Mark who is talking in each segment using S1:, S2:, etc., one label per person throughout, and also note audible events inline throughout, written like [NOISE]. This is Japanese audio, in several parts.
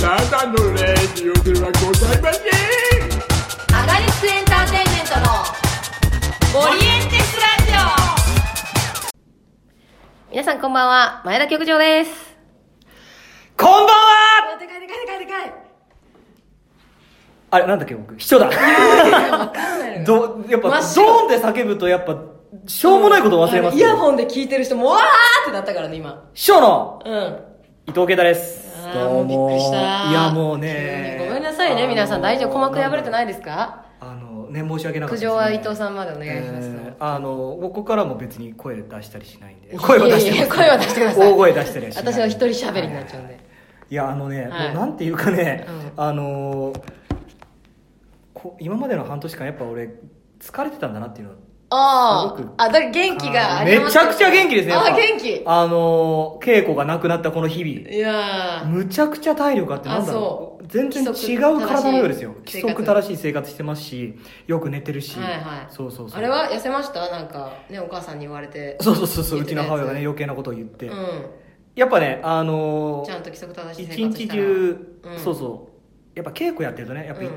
S1: あなたのレディオではございません
S2: アガリスクエンターテインメントのオリエンテスラジオ皆さんこんばんは前田局長です
S3: こんばんは
S2: でかいでかいでかいでかい
S3: あれ、なんだっけ、僕、秘書だ。ど、や
S2: 真
S3: っぱ、
S2: っ
S3: ゾ
S2: 白
S3: ーンで叫ぶと、やっぱ、しょうもないこと忘れます
S2: イ
S3: よ。
S2: ヤホンで聞いてる人もわーってなったからね今
S3: 秘書の
S2: うん
S3: 伊藤慶太です。
S2: あー
S3: ど
S2: も
S3: う
S2: う
S3: も。
S2: びっくりした
S3: いや、もうね
S2: ごめんなさいね皆さん大丈夫鼓膜破れて
S3: い
S2: ないですか
S3: あの、ね、申し訳なか
S2: 苦
S3: ったですね。
S2: 情は伊藤さんまでお願いします、
S3: えーあの、ここからも別に声出したりしないんで。声は出して
S2: いやいや
S3: ます
S2: 声は出してください
S3: 大声出したりはしない
S2: 私は一人喋りになっちゃうんで、
S3: いやあのね、
S2: はい
S3: もうなんていうかね、
S2: う
S3: あのーこ今までの半年間やっぱ俺疲れてたんだなっていうの
S2: あ
S3: す
S2: ー
S3: ごく
S2: あだから元気が
S3: あ
S2: あ
S3: ーめ
S2: ります
S3: ちゃくちゃ元気ですねやっぱ
S2: あ元気
S3: あのー稽古がなくなったこの日々
S2: いやー
S3: むちゃくちゃ体力あってなんだ
S2: あ
S3: ろう全然
S2: 規則
S3: 違う体のようですよ
S2: 正しい生活
S3: 規則正しい生活してますしよく寝てるし、
S2: はいはい
S3: そうそうそう
S2: あれは痩せましたなんかねお母さんに言われて
S3: そうそうそうそう
S2: 言
S3: う
S2: って
S3: ち
S2: た
S3: の
S2: やつ
S3: 母親がね余計なことを言って、
S2: う
S3: やっぱねあの
S2: ん
S3: ー
S2: ちゃんと規則正しい
S3: 一
S2: 生活し
S3: 日
S2: たら
S3: 中、
S2: うん
S3: そうそうやっぱ稽古やってるとねやっぱり、
S2: うん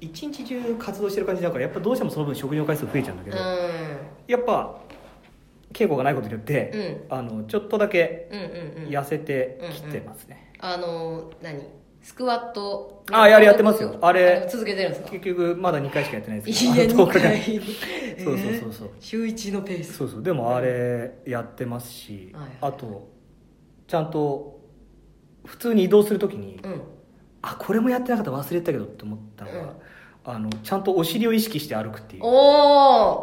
S3: 一日中活動してる感じだからやっぱどうしてもその分食事の回数増えちゃうんだけ
S2: う
S3: ど、
S2: ん
S3: やっぱ稽古がないことによって、あのちょっとだけ
S2: うんうんうん
S3: 痩せてきてますね、
S2: あの何スクワット
S3: ああやるやってますよあれ
S2: 続けてるんですか
S3: 結局まだ2回しかやってないで
S2: [LAUGHS]
S3: す
S2: いや
S3: あ
S2: 2
S3: の10日間
S2: 回
S3: [LAUGHS] そうそうそうそう
S2: えー週一のペース
S3: そうそうでもあれやってますし、
S2: はいはい
S3: あとちゃんと普通に移動するときに、
S2: うん
S3: あこれもやってなかった忘れてたけどって思ったの
S2: うん
S3: は、あのちゃんとお尻を意識して歩くっていう
S2: お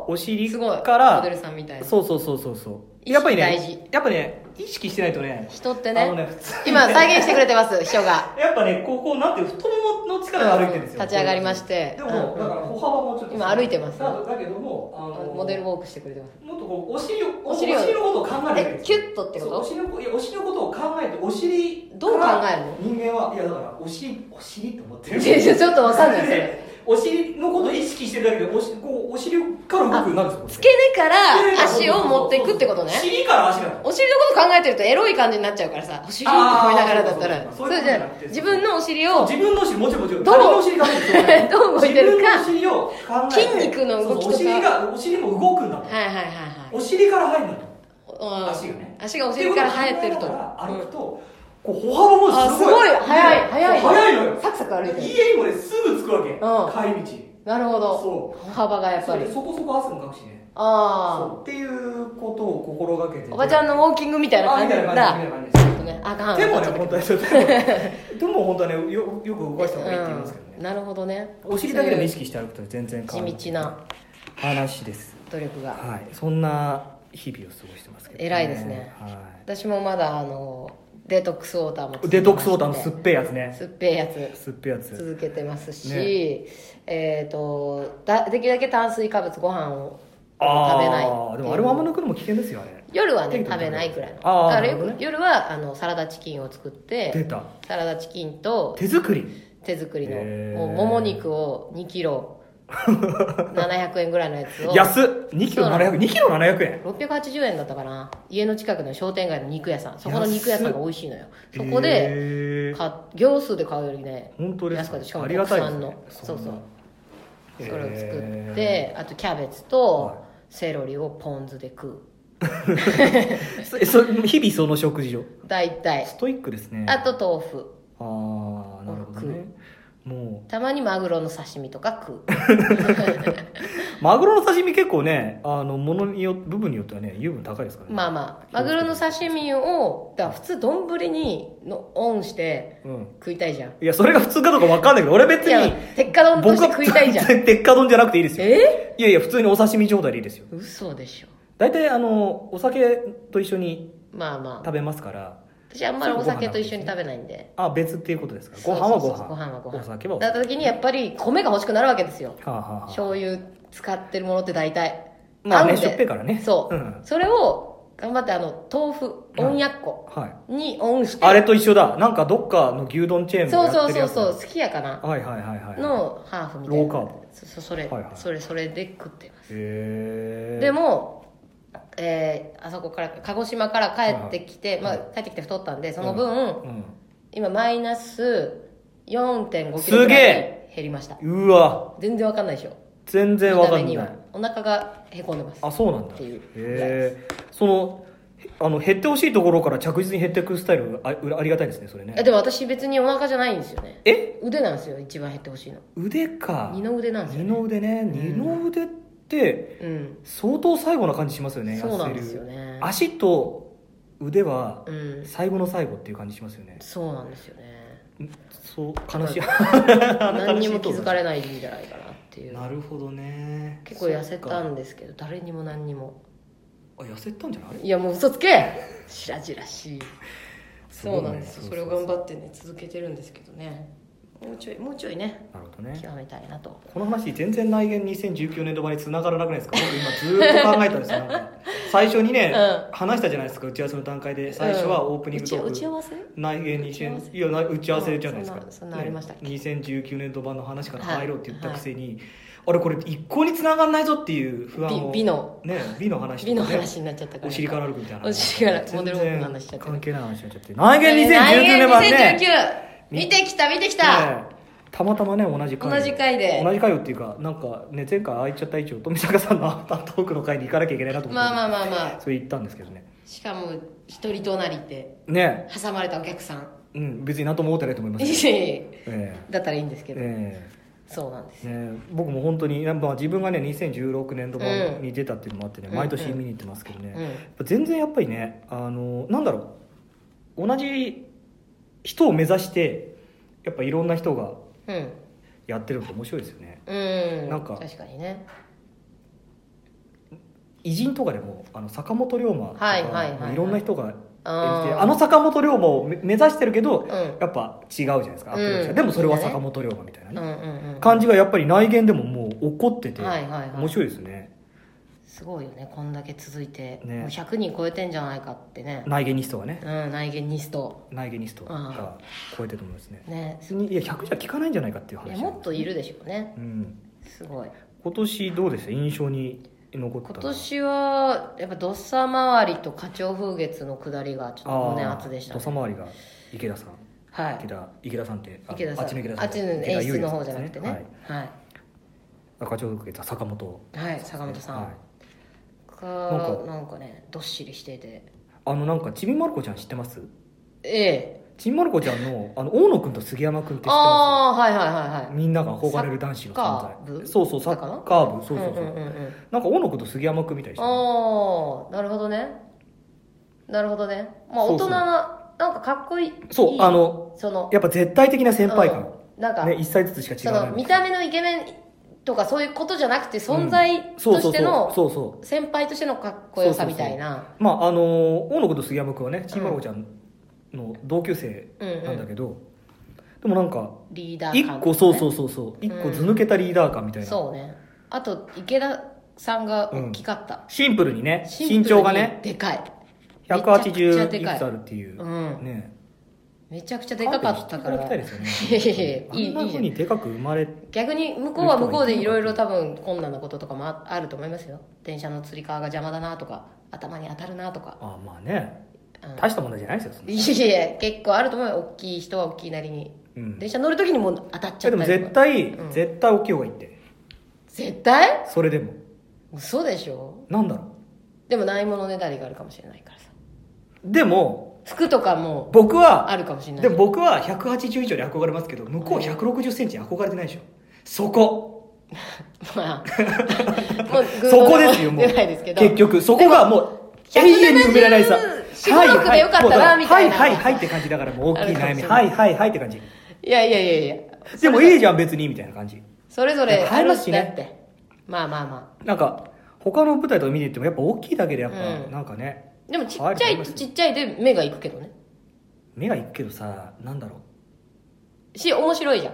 S2: お
S3: お尻
S2: すごい
S3: か
S2: モデル
S3: ら
S2: さんみたいな
S3: そうそうそうそうそう
S2: 意識
S3: やっぱり
S2: 大事
S3: ねやっぱね意識してないとね
S2: 人って
S3: あの
S2: ね
S3: ね普通に
S2: 今再現してくれてます秘書が
S3: やっぱねこうこうなんていう太ももの力で歩いてるんですよ
S2: 立ち上がりまして
S3: でも、
S2: うん
S3: だから歩幅もちょっと
S2: 今歩いてます
S3: だだけどもあの
S2: モデルウォークしてくれてます
S3: もっとこうお尻を
S2: お
S3: お
S2: 尻
S3: 尻
S2: を
S3: のことを考える
S2: えキュッとってこ
S3: そうお
S2: と
S3: 尻のこいやお尻のことを考えてお尻から
S2: どう考えるの
S3: 人間はいやだからお尻お尻と思ってる
S2: いやいやちょっとわかんないそれ
S3: でお尻のことを意識してるだけでお尻こうお尻から動くようになるんですよこうやって
S2: 付け根から足を持っていくってことね
S3: 尻から足なの
S2: お尻のこと考えてるとエロい感じになっちゃうからさお尻ってこいながらだった
S3: あ
S2: ら
S3: ー
S2: そ
S3: そううそうそうそう
S2: じゃない自分のお尻を
S3: 自分のお尻もちろんもちろん
S2: どう
S3: 他人のお尻が動いてる
S2: どう動いてるか
S3: 自分のお尻を考えて
S2: 筋肉の動きとか
S3: そうそうお尻がお尻も動くんだと
S2: はいはいはいはい
S3: お尻から入るんだと
S2: お
S3: 足がね
S2: 足がお尻から生えてると
S3: っていうことを考えながら歩くと、こう歩幅も
S2: あす
S3: す
S2: ご
S3: ご
S2: い
S3: い
S2: 速い速い
S3: 早いのよ
S2: サクサク歩いてる
S3: 家にもねすぐ着くわけ、
S2: う
S3: 帰り
S2: なるほど
S3: そ
S2: 歩幅が
S3: 道
S2: やっぱり
S3: そこそこ汗もかくしね
S2: あ
S3: そうっていうことを心がけて
S2: あおばちゃんのウォーキングみたいな
S3: あ
S2: 感
S3: み
S2: じ
S3: たい
S2: だ
S3: な
S2: ち
S3: 感じみたいな感じです
S2: ょっとねあかん
S3: でもね
S2: ちょっと
S3: 本当にそうでも本当はねよよく動かした方がいいって言いますけど
S2: うん
S3: ね、
S2: なるほどね
S3: お尻だけでも意識して歩くと全然
S2: 地
S3: 変わる
S2: 道な
S3: 話です
S2: 努力が
S3: はいそんな日々を過ごしてますけど、
S2: 偉いですね
S3: は
S2: 私もまだあのデトックスウォーターも
S3: い、デトックスウォーターのすっ
S2: 酸
S3: ぺいやつね
S2: っぱいやつ
S3: すっぺいやつ
S2: 続けてますし、
S3: ね
S2: えっ、とだできるだけ炭水化物ご飯を
S3: あー
S2: 食べないっていう
S3: でもあれはあんま抜くのも危険ですよあれ
S2: 夜はね
S3: 適度に
S2: 食べないくらいのだ
S3: あー
S2: からよ
S3: なるほど
S2: く
S3: ね
S2: 夜はあのサラダチキンを作って
S3: 出た
S2: サラダチキンと
S3: 手作り
S2: 手作りの
S3: へー
S2: もうもも肉を2キ
S3: [LAUGHS]
S2: ロ700円ぐらいのやつを
S3: 安っ2キロ700 2キロ700円
S2: 680円だったかな家の近くの商店街の肉屋さんそこの肉屋さんが美味しいのよそこで
S3: で
S2: 買っ行数で買うよりね
S3: 本当です
S2: 安かったしかも
S3: ありがたいです、
S2: 国産、の
S3: ねんな
S2: そうそうそ
S3: へー
S2: れを作ってあとキャベツと
S3: は
S2: セロリをポン酢で食う
S3: そそ日々その食事を
S2: 大体
S3: ストイックですね
S2: あと豆腐
S3: あーなるほどねも
S2: たまにマグロの刺身とか食う
S3: [LAUGHS] うマグロの刺身結構ねあのものによ部分によってはね油分高いですからね
S2: まあまあマグロの刺身をだから普通丼にのオンして
S3: うん
S2: 食いたいじゃん
S3: いやそれが普通かどうか分かんないけど俺別
S2: いや
S3: に
S2: 鉄火丼と
S3: 僕
S2: して
S3: は
S2: 食いたいじゃん
S3: 全然 [LAUGHS] 鉄火丼じゃなくていいですよ
S2: え
S3: いやいや普通にお刺身状態でいいですよ
S2: 嘘でしょ
S3: 大体あのお酒と一緒に
S2: まあまあ
S3: 食べますから
S2: 私あんまりお酒と一緒に食べないんで
S3: あ別っていうことですかご飯はご
S2: そうそうそう
S3: 飯
S2: ご飯はご飯
S3: お酒はお
S2: だっ
S3: 酒
S2: た時にやっぱり米が欲しくなるわけですよ
S3: はあはあはあ
S2: 醤油使ってるものって大体
S3: まあね
S2: 合うんで
S3: しょっぱいからね
S2: そう、
S3: うん
S2: それを頑張ってあの豆腐
S3: うん
S2: 温やっこ
S3: はい
S2: にオンして
S3: あれと一緒だなんかどっかの牛丼チェーンの
S2: そう
S3: や
S2: そ
S3: っ
S2: う
S3: てる
S2: そう
S3: やつ
S2: そうすき家かな
S3: はいはいはいはい
S2: のハーフみたいな
S3: ローカーブ
S2: そそそれ、
S3: はいはい
S2: それそれで食ってます、
S3: へえ
S2: でもえーあそこから鹿児島から帰ってきて、
S3: はいはい
S2: まあ、帰ってきて太ったんでそ
S3: そ
S2: の分、
S3: うん
S2: 今マイナス4.5キ
S3: す
S2: ロぐ
S3: げ
S2: らい
S3: え
S2: 減りました
S3: うわ
S2: 全然わかんないでしょ
S3: 全然わかん
S2: 見
S3: な
S2: た目
S3: い
S2: お腹がへこんでます
S3: あそうなんだ
S2: っていう
S3: へえそのへあの減ってほしいところから着実に減っていくスタイルあありがたいですねそれね
S2: えでも私別にお腹じゃないんですよね
S3: え
S2: 腕なんですよ一番減ってほしいの
S3: 腕か
S2: 二の腕なんですよ
S3: 二の腕ね二の腕って
S2: うん
S3: 相当最後な感じしますよね
S2: そうなん
S3: 痩せる
S2: ですよね
S3: 足と腕は
S2: うん
S3: 最後の最後っていう感じしますよね、
S2: そうなんですよね
S3: そう悲しい [LAUGHS]
S2: 何にも気づか
S3: れ
S2: れないんじゃないかなっていう
S3: なるほどね
S2: 結構痩せたん
S3: で
S2: ですけど誰にも何にも
S3: あ痩せたんじゃない
S2: いやもう嘘つけしらじらしい
S3: す
S2: そ
S3: ごいうね
S2: なんですよ
S3: そう
S2: そ
S3: そう
S2: れ
S3: そ
S2: を
S3: う
S2: 頑張ってね続けてるんですけどねもうちょいもうちょいね
S3: なるほどね
S2: 極めたいなと
S3: この話全然来年2019年度版に繋がらなくないですか僕今ずーっと考えたんです
S2: [LAUGHS]
S3: よなんか最初にね、
S2: う
S3: 話したじゃないですか打ち合わせの段階で最初はオープニングトーク、
S2: 打ち合わせ
S3: 内言
S2: 打ち合わせ
S3: 2000いやな打ち合わせじゃないですか
S2: そんなそんなありましたっけ
S3: ね2019年度版の話から入ろうって言ったくせに、あれこれ一向に繋がんないぞっていう不安を
S2: 美美の
S3: ね美の話とか、ね、
S2: 美の話になっちゃったから
S3: お尻から歩くみたいな
S2: お尻から
S3: 全然
S2: モデルウォークの話しちゃってる
S3: 関係ない話になっちゃって内言2019年版ね
S2: 来
S3: ね
S2: 年2019見てきた見てきた
S3: えたまたまね同じ回
S2: 同じ回で
S3: 同じ回をっていうかなんかね前回あいちゃった以上富坂さんのアフタートークの回に行かなきゃいけないなと思って
S2: まあまあまあまあ
S3: それ行ったんですけどね
S2: しかも一人隣って
S3: ね
S2: 挟まれたお客さん
S3: えうん別になんとも思ってないと思いますよえ
S2: [LAUGHS] だったらいいんですけ
S3: え
S2: ど、
S3: ええ
S2: そうなんですよ
S3: ね、僕も本当に、まあ、自分がね2016年度版に出たっていうのもあってね、
S2: うん
S3: 毎年見に行ってますけどね、
S2: うん
S3: やっぱ全然やっぱりねあのなんだろう同じ人を目指してやっぱいろんな人が
S2: うん
S3: やってるのって面白いですよね
S2: うん
S3: なんか
S2: 確かにね
S3: 偉人とかでもあの坂本龍馬とか、
S2: はいはいはいはい
S3: ろんな人が演じて
S2: あー
S3: あの坂本龍馬をめ目指してるけど、
S2: ん
S3: やっぱ違うじゃないですか、アプローチ
S2: うん
S3: がでもそれは坂本龍馬みたいな
S2: うんう
S3: ね、
S2: んうん
S3: 感じがやっぱり内見でももう怒ってて、
S2: はいはいはい
S3: 面白いですね
S2: すごいよねこんだけ続いて、
S3: ね
S2: もう100人超えてんじゃないかってね、
S3: 内見ニストがね
S2: うん、内言ニスト
S3: 内ゲニストが超えてると思いますね
S2: ね
S3: 別にいや100じゃ効かないんじゃないかっていう
S2: い
S3: 話
S2: やもっといるでしょうね
S3: うん
S2: すごい
S3: 今年どうでした印象に残った
S2: 今
S3: の
S2: 年はやっぱ土佐回りと花鳥風月の下りがちょっと
S3: あ
S2: 胸
S3: あ
S2: 熱でした
S3: 土
S2: ね
S3: 佐回りが池田さん
S2: は
S3: 池
S2: い
S3: 田池田さんってあ
S2: 池田さん
S3: あっちの池田さん
S2: あっちの
S3: 池田
S2: 演
S3: 裕
S2: 出
S3: 也
S2: の
S3: さ
S2: 方
S3: んで
S2: じ
S3: す
S2: ゃなくてねはい
S3: 赤潮受けた坂本
S2: はい坂本さ
S3: は
S2: ん
S3: い
S2: が
S3: なんか
S2: なんかねどっしりしてて
S3: あのなんかちびまる子ちゃん知ってます
S2: ええ
S3: ちびまる子ちゃんのあの大野くんと杉山くんって知ってま
S2: ああはいはいはい
S3: す
S2: はい
S3: みんなが憧れる男子の
S2: サッカー
S3: 存在
S2: 部
S3: そうそうサ
S2: だから
S3: ッカー部そうそう
S2: う
S3: そ
S2: んうん
S3: う
S2: うんうん
S3: なんか大野くんと杉山くんみたいでした
S2: あ
S3: ね
S2: あなるほどねなるほどねまあ
S3: そ
S2: 大
S3: う
S2: 人
S3: そう
S2: ななんかかっこいい
S3: そう
S2: いい
S3: あの
S2: その
S3: やっぱ絶対的な先輩感、
S2: うんなんか、
S3: ね、一歳ずつしか違
S2: そうの見た目のイケメンとかそういうことじゃなくて存在としての
S3: そうそうそうそう
S2: 先輩としてのかっこよさみたいな
S3: まああのー大野君と杉山君はねちんまろうちゃんの同級生なんだけど、でもなんか
S2: リーダー
S3: 一
S2: 感
S3: 個そうそうそうそう一個ず抜けたリーダー感みたいな、
S2: そうねあと池田さんが大きかった、
S3: シンプルにね
S2: シンプル
S3: 身
S2: に
S3: 長がね
S2: でかいめちゃくちゃ
S3: 180
S2: で
S3: い
S2: かい
S3: くつあるっていう、
S2: うん
S3: ね
S2: めちゃくちゃでかかったから
S3: 勘弁していただき
S2: い
S3: た
S2: や
S3: い
S2: い
S3: です
S2: やいや
S3: よね
S2: いいいいじゃん
S3: あんな風にでかく生まれ
S2: 逆に向こうは向こうでいろいろ多分困難なこととかもああると思いますよ電車のつり革が邪魔だなとか頭に当たるなとか、
S3: あまあね
S2: うん
S3: 大した問題じゃないですよそんない
S2: やいや結構あると思うよ大きい人は大きいなりに、
S3: うん
S2: 電車乗る時にもう当たっちゃ
S3: で
S2: っ
S3: も
S2: たり
S3: 絶
S2: とか
S3: 対、
S2: うん
S3: 絶対大きい方がいいって
S2: 絶対
S3: それでも
S2: 嘘でしょ
S3: なんだろ
S2: でもないものねだりがあるかもしれないからさ
S3: うでも
S2: 服とかも
S3: 僕は
S2: あるかもしれない
S3: でも僕は180以上に憧れますけど向こう1 6 0センチに憧れてないでしょそこ
S2: まあもう
S3: そこですよもう
S2: 出ないですけど
S3: 結局そこがもう
S2: で
S3: 永
S2: も
S3: 遠に埋められないさ
S2: 174でよかったなみたいな
S3: はいはいはいって感じだからもう大きい
S2: あ
S3: 悩
S2: るかもし
S3: み
S2: れな
S3: はいいはいはいって感じ
S2: いやいやいやいや
S3: でもいいじゃん別にみたいな感じ
S2: それぞれ
S3: 入りますしね
S2: あるんだってまあまあま
S3: なんか他の舞台とか見に行ってもやっぱ大きいだけでやっぱ
S2: うん
S3: なんかね
S2: あでもちっちゃ
S3: 入りま
S2: い
S3: すよ
S2: ちっちゃいで目がいくけどね
S3: 目がいくけどさなんだろう
S2: し面白いじゃん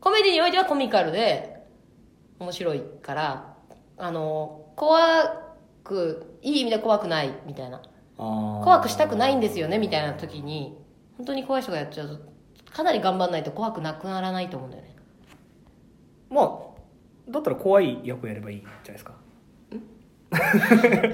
S2: コメディにおいてはコミカルで面白いからあの怖くいい意味で怖くないみたいな怖
S3: 怖
S2: くしたくないんですよねみたいな時に本当に怖い人がやっちゃうとかなり頑張んないと怖くなくならないと思うんだよね
S3: ま [LAUGHS] あだったら怖い役やればいいじゃないですかだか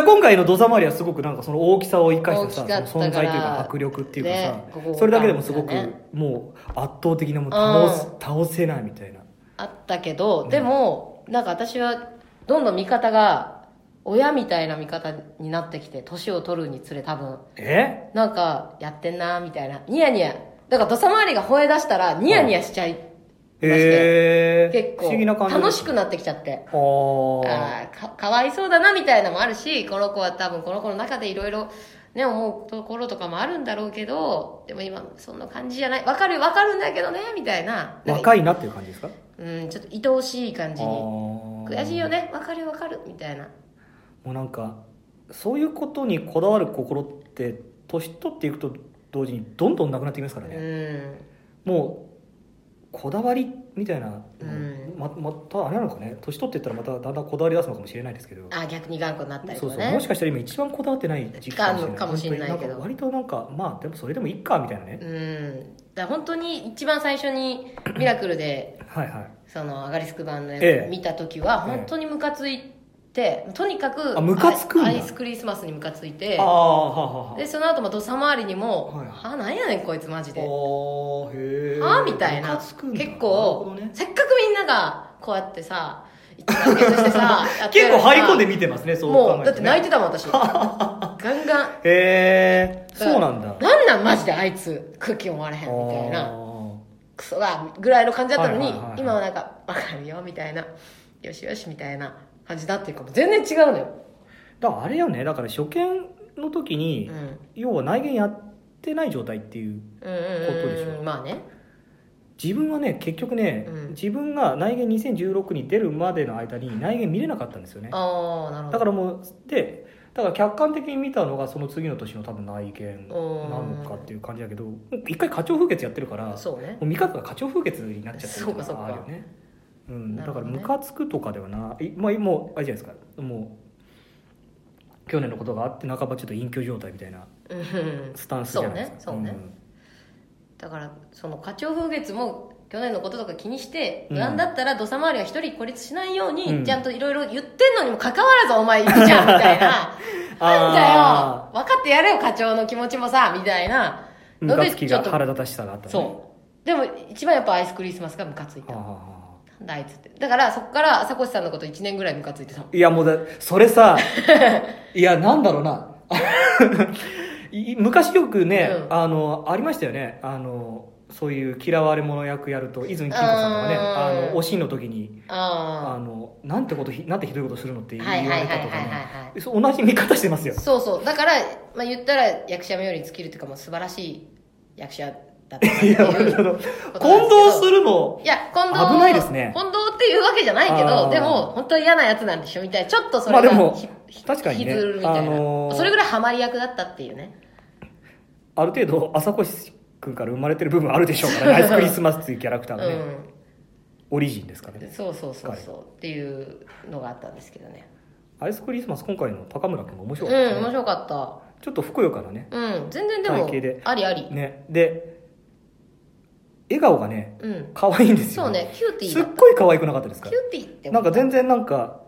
S3: ら今回の土佐回りはすごくなんかその大きさを生かして
S2: 大
S3: さ
S2: き
S3: そ
S2: かっ
S3: の
S2: た
S3: 存在と
S2: か
S3: い
S2: ら
S3: うか迫力っていうかさ、
S2: ねここ
S3: それだけでもすごく
S2: がね
S3: もう圧倒的なもう倒す、倒せないみたいな
S2: あったけどでも、なんか私はどんどん見方が親みたいな見方になってきて年を取るにつれ多分
S3: え
S2: なんかやってんなみたいなニヤニヤだから土佐回りが吠え出したらニヤニヤしちゃいまして、
S3: へえ
S2: 結構
S3: 不思議な感じ
S2: 楽しくなってきちゃって
S3: あー
S2: あーかかわいそうだなみたいなのもあるしこの子は多分この子の中でいろいろね思うところとかもあるんだろうけどでも今そんな感じじゃないわかるわかるんだけどねみたいななんか
S3: 若いなっていう感じですか
S2: うんちょっと愛おしい感じに悔
S3: 悔
S2: しいよねわかるわかるみたいな
S3: もうなんかそういうことにこだわる心って年取っていくと同時にどんどんなくなってきますから
S2: う
S3: ね、
S2: ん
S3: もうこだわりみたいな、
S2: うん
S3: ままたあれなのかね年取っていったらまただんだんこだわり出すのかもしれないですけど、
S2: あ逆に頑固になったり
S3: そ
S2: とか
S3: うそうも
S2: ね
S3: しかしたら今一番こだわってない時期
S2: かもしれない
S3: 本当に
S2: けど
S3: んか割となんかまあでもそれでもいいかみたいなね、
S2: うんだから本当に一番最初にミラクルで
S3: はいはい
S2: そのアガリスク版の
S3: え
S2: や
S3: え
S2: つ見た時は本当にムカついて、とにかく
S3: あムカつくんだ
S2: アイアイスクリスマスにムカついて
S3: ああはあはあ
S2: でその後も土佐回りにも「
S3: はい
S2: あなんやねんこいつマジ
S3: あ
S2: で」
S3: ーへえ
S2: はあみたいな
S3: ムカつ
S2: 結
S3: くんだなる
S2: 構、
S3: ほどね
S2: せっかくみんながこうやってさ一致団結して
S3: [LAUGHS]
S2: さやって
S3: 結
S2: るの
S3: 構
S2: にさ
S3: 入り込んで見てますねそう考えると、ね、
S2: もうだって泣いてたもん
S3: [LAUGHS]
S2: 私ガンガン
S3: へえそうなんだ
S2: なんなんマジであいつ空気読まれへんみたい
S3: あ
S2: な
S3: ー
S2: クソがぐらいの感じだったのに、
S3: はいはいはいはい
S2: 今はなんか分かるよみたいなよしよしみたいな感じだっていうかもう全然違うのよ、
S3: だからあれよねだから初見の時
S2: う
S3: に、
S2: ん、うん
S3: 要は内言やってない状態っていうことでし
S2: うん
S3: ょ
S2: うんまあね
S3: 自分はね結局ね、
S2: うん
S3: 自分が内言2016に出るまでの間に内言見れなかったんですよね
S2: ああなるほど
S3: だからもうでだから客観的に見たのがその次の年の多分内見なのかっていう感じだけど一回課長風月やってるから
S2: そうね
S3: もう見方が課長風月になっちゃってる
S2: そうかそうか
S3: あるよね、うん、だ
S2: な
S3: か
S2: るほど
S3: ら
S2: ね
S3: ムカつくとかではない、まあ、もうあれじゃないですかもう去年のことがあって半ばちょっと隠居状態みたいな
S2: うん
S3: スタンスじゃないです
S2: そ
S3: か
S2: うねそうねだからその花鳥風月も去年のこととか気にして、
S3: うん
S2: なんだったら土佐回りが一人孤立しないように、
S3: うん
S2: ちゃんといろいろ言ってんのにもかかわらずお前いるじゃんみたい
S3: [LAUGHS]
S2: なな
S3: あ
S2: んだよ分かってやれよ課長の気持ちもさみたいな
S3: うん
S2: の
S3: ムカ
S2: で
S3: つき
S2: ちょ
S3: が
S2: っと
S3: 腹立たしさがあった、ね、
S2: そうでも一番やっぱアイスクリスマスがムカついた、
S3: あ
S2: なんだあいつってだからそこから朝越さんのこと1年ぐらいムカついてたもん
S3: ーいやもうだそ
S2: [LAUGHS]
S3: れさいやなんだろうな [LAUGHS] い昔よくね、
S2: うん
S3: あのありましたよねあのそういう嫌われ者役やると泉ピン子さんとかね
S2: あー
S3: あのおしんの時にあ
S2: あ
S3: のなんてことひなんてひどいことするのって
S2: あ
S3: 言わ
S2: はい
S3: れ
S2: はいはいは
S3: た
S2: い
S3: とか
S2: はい
S3: ね
S2: はい
S3: そう同じ見方してますよ
S2: そうそうだから、まあ、言ったら役者冥利に尽きるというかもう素晴らしい役者だったなって
S3: [LAUGHS] い
S2: い
S3: や
S2: う
S3: 俺あの混同するの
S2: いや近藤
S3: 危ないですね
S2: 近藤っていうわけじゃないけ
S3: あー
S2: どでも本当は嫌なやつなんでしょみたいなちょっとそれ
S3: まあ
S2: が
S3: でも
S2: ひひ
S3: 確かにね
S2: 引きずるみたいな、
S3: あのー
S2: それぐらいハマり役だったっていうね
S3: ある程度朝越君から生まれてる部分あるでしょうからね
S2: [LAUGHS]
S3: アイスクリスマスっていうキャラクターがね、オリジンですから
S2: うん
S3: ね
S2: そうそうそうそうっていうのがあったんですけどね
S3: アイスクリスマス今回の高村君も面
S2: う
S3: 白
S2: ん
S3: かったですね、
S2: 面白かった
S3: ちょっとふくよかなね
S2: うん全然で
S3: 体
S2: も
S3: 型で
S2: ありあり、
S3: ねで笑顔がね
S2: うん
S3: 可愛いんですよ
S2: そうねキューティー
S3: すっ
S2: だ
S3: ごい可愛くなかったですか
S2: キューティーって
S3: なんか全然なんか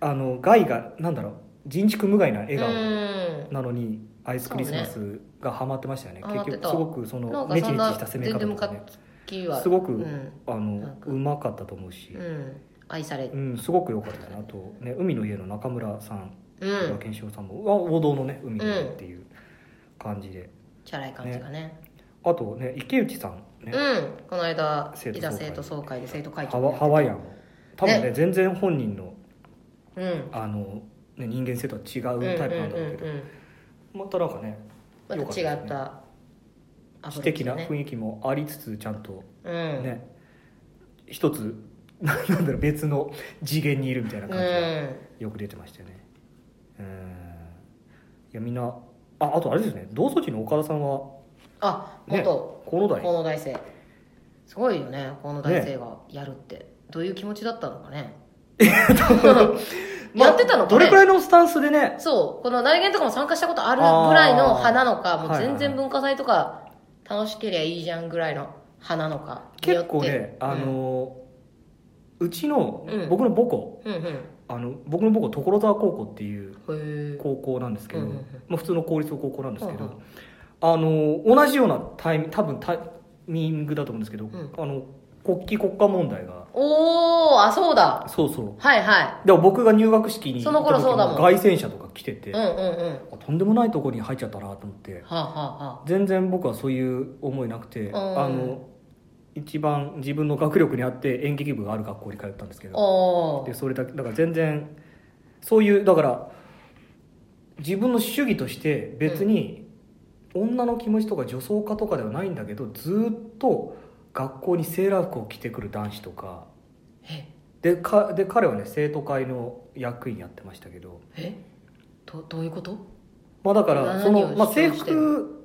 S3: あの害がなんだろう人畜無害な笑顔、
S2: うん
S3: なのにアイスクリスマスがハマってましたよね
S2: そうね
S3: 結局す
S2: ハマってたな
S3: ごくその
S2: んか
S3: ネチ
S2: そん
S3: ネチ
S2: な
S3: した攻め
S2: 全然
S3: 方とかね
S2: ムカキは
S3: すごく、
S2: うん、
S3: あ
S2: なん
S3: の
S2: か
S3: うまかったと思うし、
S2: うん、愛され
S3: うんすごく良かったなあと、ね、海の家の中村さん
S2: う
S3: とか
S2: ん
S3: 健志郎さんも、うわ王道のね海の家っていう感じで、
S2: チャラい感じがね
S3: あとね池内さんね、
S2: うんこの間
S3: 生徒
S2: 伊
S3: 総会
S2: 田生徒総会で生徒会
S3: ハ
S2: 長
S3: ワハワイアン多分ね全然本人の
S2: うん
S3: あの、ね、人間性とは違
S2: うんうん
S3: うタイプ
S2: う
S3: なんだろうんけど、
S2: うん
S3: またなんかね
S2: ま
S3: 良かったた
S2: 違
S3: ですね
S2: ったア
S3: 知
S2: プロー
S3: 的
S2: チ
S3: な
S2: だね
S3: 雰囲気もありつつちゃんと
S2: うん
S3: ね、一つ [LAUGHS] ななんだろう別の次元にいるみたいな
S2: う
S3: 感じが
S2: ん
S3: よく出てましたよねうんいやみんなああとあれですね同窓地の岡田さんは
S2: あ
S3: ね
S2: 元
S3: 河野
S2: 河
S3: 台
S2: 野大生すごいよね河野大生がやるってどういう気持ちだったのかね
S3: まあ
S2: やってたのか
S3: どれくら
S2: ね
S3: いのスタンスでね
S2: そうこの内言とかも参加したことあるぐらいの派なのか
S3: あー
S2: もう全
S3: はいはいはい
S2: 然文化祭とか楽しけりゃいいじゃんぐらいの派なのかによって
S3: 結構ねあの、うちの、
S2: うん
S3: 僕の母校
S2: うんうん
S3: あの僕の母校所沢高校っていう
S2: へえ
S3: 高校なんですけど、
S2: うんうんうん
S3: まあ、普通の公立の高校なんですけど、
S2: うんうん
S3: あの同じようなタイミング多分タイミングだと思うんですけど、
S2: ん
S3: あの国旗国家問題が
S2: おおあそうだ
S3: そうそう
S2: はいは
S3: でも僕が入学式に
S2: その頃そうだもん
S3: 凱旋者とか来て
S2: い
S3: て、
S2: うんうんうんは
S3: あとんでもないとこに入っちゃったなと思って
S2: あ、はあは
S3: 全然僕はそういう思いなくて、
S2: ん
S3: あの一番自分の学力に合って演劇部がある学校に通ったんですけ
S2: あ、
S3: ど
S2: お
S3: でそれだけだから全然そういうだから自分の主義として別に女の気持ちとか女装家とかではないんだけどずーっと学校にセーラー服を着てくる男子とか
S2: え
S3: でかで彼はね生徒会の役員やってましたけど、
S2: えどどういうこと
S3: まあ、だか
S2: 何
S3: ら
S2: を
S3: その、まあ、
S2: 主
S3: 制
S2: 張してる
S3: 服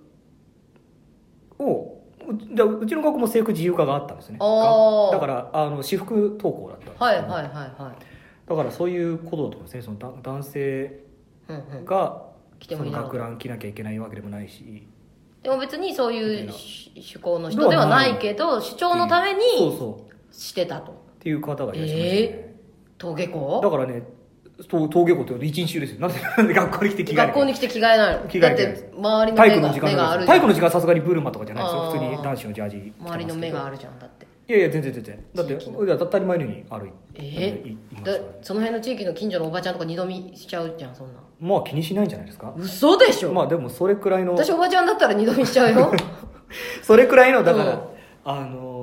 S3: をうでうちの学校も制服自由化があったんですね
S2: おー
S3: だからあの私服登校だったんですけど
S2: はいはいはいはい
S3: だからそういうことだと思うんですねそのだ男性
S2: うんうん、
S3: が
S2: 来て
S3: そ
S2: もい
S3: の
S2: いだろ
S3: 学
S2: う
S3: ラン着なきゃいけないわけでもないし
S2: でも別にそう
S3: みた
S2: い
S3: いうな
S2: し趣向の人ではないけど主張のため
S3: そう
S2: に
S3: そう
S2: してたと
S3: っていう方がいらっしゃいましたね、
S2: 登下
S3: だ
S2: 校
S3: からね登登下校って一日中ですよなんでなんで学校に来て着替えなきゃ
S2: 学校に来て着替えないの
S3: 着替え
S2: だっ
S3: ないです
S2: て周りの
S3: 体
S2: 目
S3: 育の
S2: が
S3: 時
S2: 目があ
S3: 間
S2: るじゃ
S3: です体
S2: ん
S3: 育の時間はさすがにブルマとかじゃないですよ
S2: あー
S3: 普通に男子のジャージ着てますけ
S2: 周り
S3: ど
S2: の目があるじゃんだって
S3: いやいや全然全然だって
S2: 地域
S3: いや当たり前のように歩いて、
S2: え
S3: いいますか
S2: だ
S3: らね
S2: その辺の地域の近所のおばちゃんとか二度見しちゃうじゃんそんな
S3: まあ気にしないんじゃないですか
S2: 嘘でしょ、
S3: まあでもそれくらいの
S2: 私おばちゃんだったら二度見しちゃうよ
S3: それくらいのだから、
S2: うん
S3: あの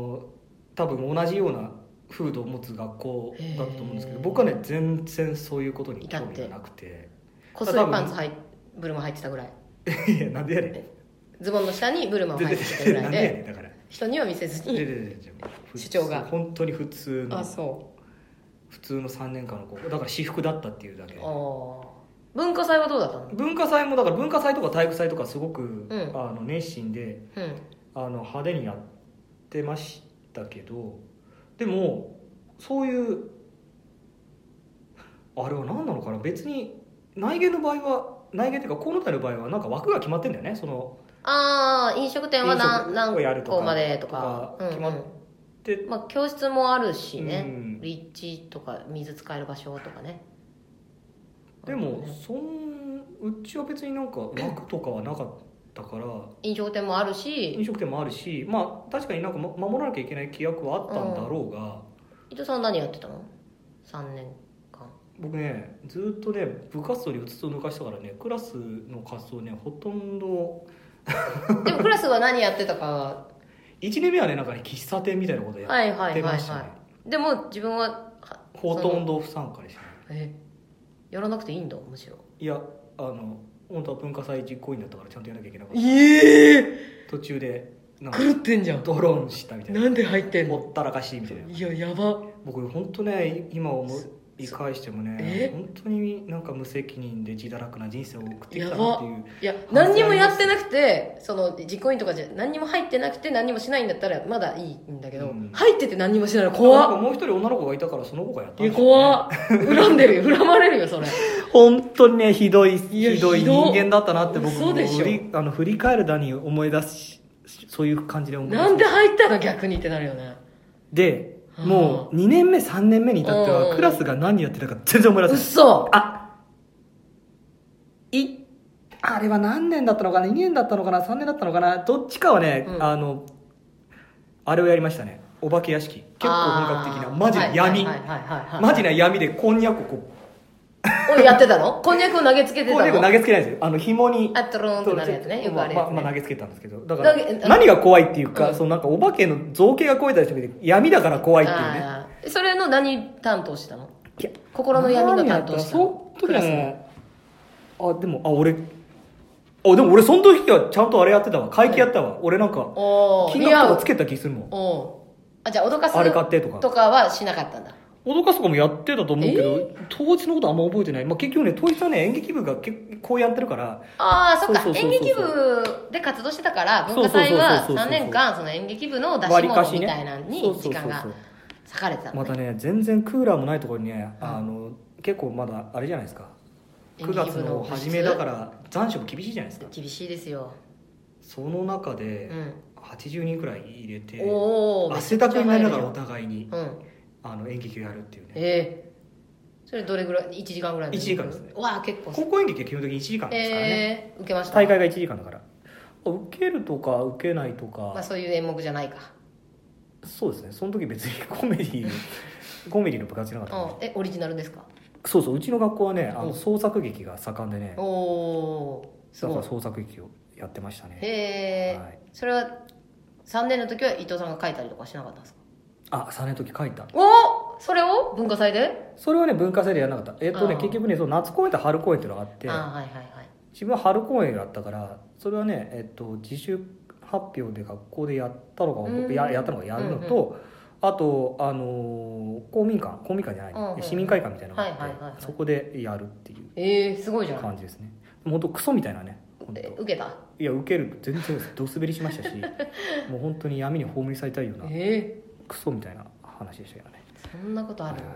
S3: 多分同じような風土を持つ学校だったと思うんですけど
S2: へー
S3: 僕はね全然そういうことに興味がなくて
S2: こすいパンツはいブルマ入ってたぐらい
S3: いやなんでやねん
S2: ズボンの下にブルマを
S3: で
S2: 入
S3: で
S2: ってたぐ
S3: で
S2: ら
S3: [LAUGHS] ないんでや
S2: で
S3: ねんだから
S2: 人には見せず
S3: でで
S2: に
S3: ででで普通
S2: [LAUGHS] 主張が
S3: 本当に普通の
S2: あそ
S3: 普通の3年間の高校だから私服だったっていうだけ
S2: うあー文化祭はどうだったの
S3: 文化祭もだから文化祭とか体育祭とかすごく、
S2: ん
S3: あの熱心で
S2: うん
S3: あの派手にやってましたけどでもそういうあれは何なのかな別に内芸の場合は内芸っていうか河野隊の場合はなんか枠が決まってんだよねその
S2: ああ飲食店は何
S3: 飲食をやる
S2: 何
S3: とか
S2: 個までとか
S3: とか決まっで
S2: うんうん、まあ教室もあるしね、
S3: うん
S2: 立地とか水使える場所とかね
S3: でもそんうちは別になんか枠とかはなかったから
S2: 飲食店もあるし
S3: 飲食店もあるしまあ確かになんかま守らなきゃいけない規約はあったんだろうが、
S2: 伊藤さんは何やってたの3年間
S3: 僕ねずっとね部活動にうつつ抜かしたからねクラスの活動ねほとんど
S2: でもクラスは何やってた
S3: [LAUGHS]
S2: か
S3: 1年目はねなんかね喫茶店みたいなことや
S2: はいはい
S3: っ
S2: はい
S3: て
S2: は
S3: ま
S2: い
S3: したね、
S2: でも自分はは
S3: ほとんど不参加でしたね
S2: そのえやらなくていいんだむしろ
S3: いやあの本当は文化祭実行委員だったからちゃんとやらなきゃいけなかっ
S2: ええ
S3: た途中でなんか
S2: 狂ってんじゃん
S3: ドローンしたみた
S2: [LAUGHS]
S3: いなん
S2: で入ってんの
S3: ほったらかしみたいない
S2: ややば
S3: 僕本当ね今思い返してもね
S2: え
S3: 本当になんか無責任で自堕落な人生を送ってきたなっていう
S2: いや何にもやってなくてその実行委員とかじゃ何にも入ってなくて何にもしないんだったらまだいいんだけど、
S3: うん
S2: 入ってて何にもしないの
S3: なん
S2: 怖
S3: か
S2: っ
S3: もう一人女の子がいたからその子がやった
S2: い
S3: ん
S2: や
S3: でしょうね
S2: 怖っ恨んでるよ恨まれるよそれ
S3: 本当にねひどい
S2: いや
S3: ひどい
S2: ひど
S3: 人間だったなって僕
S2: 嘘
S3: も
S2: でしょ
S3: 振りあの振り返るだに思い出すしそういう感じで思い出す
S2: なんで入ったの逆にってなるよね
S3: で
S2: うん
S3: もう2年目3年目に至って
S2: う
S3: は
S2: ん
S3: クラスが何やってたか全然思い出せない
S2: 嘘
S3: あいあれは何年だったのかな2年だったのかな3年だったのかなどっちかはね、
S2: うん
S3: あのあれをやりましたねお化け屋敷結構本格的なマジな闇マジな闇でこんにゃくをこ
S2: おいやってたのこんにゃくを投げつけ
S3: う
S2: て
S3: こんに
S2: た
S3: ゃく
S2: の
S3: 投げつけないんですよあの紐に
S2: あトローンってなるやつねよくあるやつ、ね
S3: まあまあ投げつけたんですけどだから
S2: 投げ
S3: 何が怖いっていうか、
S2: うん
S3: そのなんかお化けの造形が怖いだけじゃなくて闇だから怖いっていうね
S2: あーそれの何担当してたの
S3: いや
S2: 心の闇の担当した
S3: そ
S2: の
S3: の時
S2: クラ
S3: は
S2: スの
S3: ねあでもあ俺あでも俺その時はちゃんとあれやってたわ会計やったわ、俺なんか
S2: おー
S3: 金
S2: 似
S3: 額
S2: 合
S3: と
S2: う
S3: かつけた気するもん
S2: おあじゃあ脅かす
S3: あれ買ってとか
S2: はしなかったんだ
S3: 脅かすとかもやってたと思うけど、当時のことあんま覚えてない、まあ、結局ね当日はね演劇部が結構こうやってるから
S2: ああそっか
S3: そうそうそうそ
S2: 演
S3: う
S2: 劇部で活動してたから文化祭は
S3: そうそうそうそうそう
S2: 3年間その演劇部の出し
S3: 割りか
S2: 物
S3: しね
S2: みたいなのに
S3: そうそうそ
S2: 時
S3: うそ
S2: 間
S3: う
S2: が割かれてたの
S3: ま
S2: ね
S3: たね全然クーラーもないところにね、
S2: うん
S3: あの結構まだあれじゃないですか
S2: 演
S3: 9
S2: 劇
S3: 月
S2: 部
S3: の
S2: 部室
S3: 初めだから残暑も厳しいじゃないですか
S2: 厳しいですよ
S3: その中
S2: う
S3: で
S2: ん
S3: 80人くらい入れて、
S2: おお
S3: 汗だくになりながらお
S2: う
S3: 互いに
S2: ん
S3: あの演劇をやるっていうね
S2: ええそれどれぐらい1時間ぐらいの
S3: 1時間ですね
S2: わあ結構
S3: 高校演劇は基本的に1時間ですからね、
S2: えー、受けました
S3: 大会が1時間だから受けるとか受けないとか、
S2: まあ、そういう演目じゃないか
S3: そうですねその時別にコメディ
S2: [LAUGHS]
S3: コメディの部活じゃなかったんで
S2: うんえオリジナルですか
S3: そうそううちの学校はねあ
S2: う
S3: の
S2: ん
S3: 創作劇が盛んでね
S2: おおーす
S3: だか
S2: ご
S3: ら
S2: い
S3: 創作劇をやってましたね
S2: へえ、
S3: はい
S2: それは3年の時は伊藤さんが書いたりとかしなかったんですか
S3: あ3年の時書いた
S2: おおそれを文化祭で
S3: それはね文化祭でやらなかったえっとね
S2: あー
S3: 結局ねその夏公演と春公演っていうのがあって
S2: ああはいはいはい
S3: 自分は春公演だったからそれはね、えっと、自主発表で学校でやったのか、
S2: うん
S3: ややったのかやるのと、あと、あのー公民館公民館じゃない、ね
S2: うんうん
S3: 市民会館みたいなのがあって、
S2: はいはいはいはい
S3: そこでやるっていう
S2: ええすごいじゃん
S3: 感じですね本当クソみたいなね本
S2: え
S3: 当
S2: 受けた
S3: いや受ける全然どすべりしましたしもう本当に闇に葬り去りたいような
S2: え
S3: クソみたいな話でしたけどね、
S2: えそんなことあ
S3: は
S2: る
S3: いは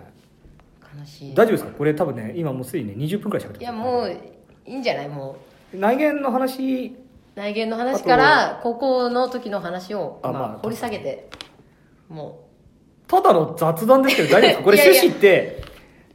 S3: い
S2: 悲しい
S3: 大丈夫ですかこれ多分ね今もうすでにね20分くらい喋ってます
S2: いやもういいんじゃないも
S3: 内言の話
S2: う内言の話から高校の時の話を
S3: あ
S2: まあ
S3: まあ
S2: 掘り下げても
S3: ただの雑談ですけど大丈夫ですかこれ
S2: いやいや
S3: 趣旨って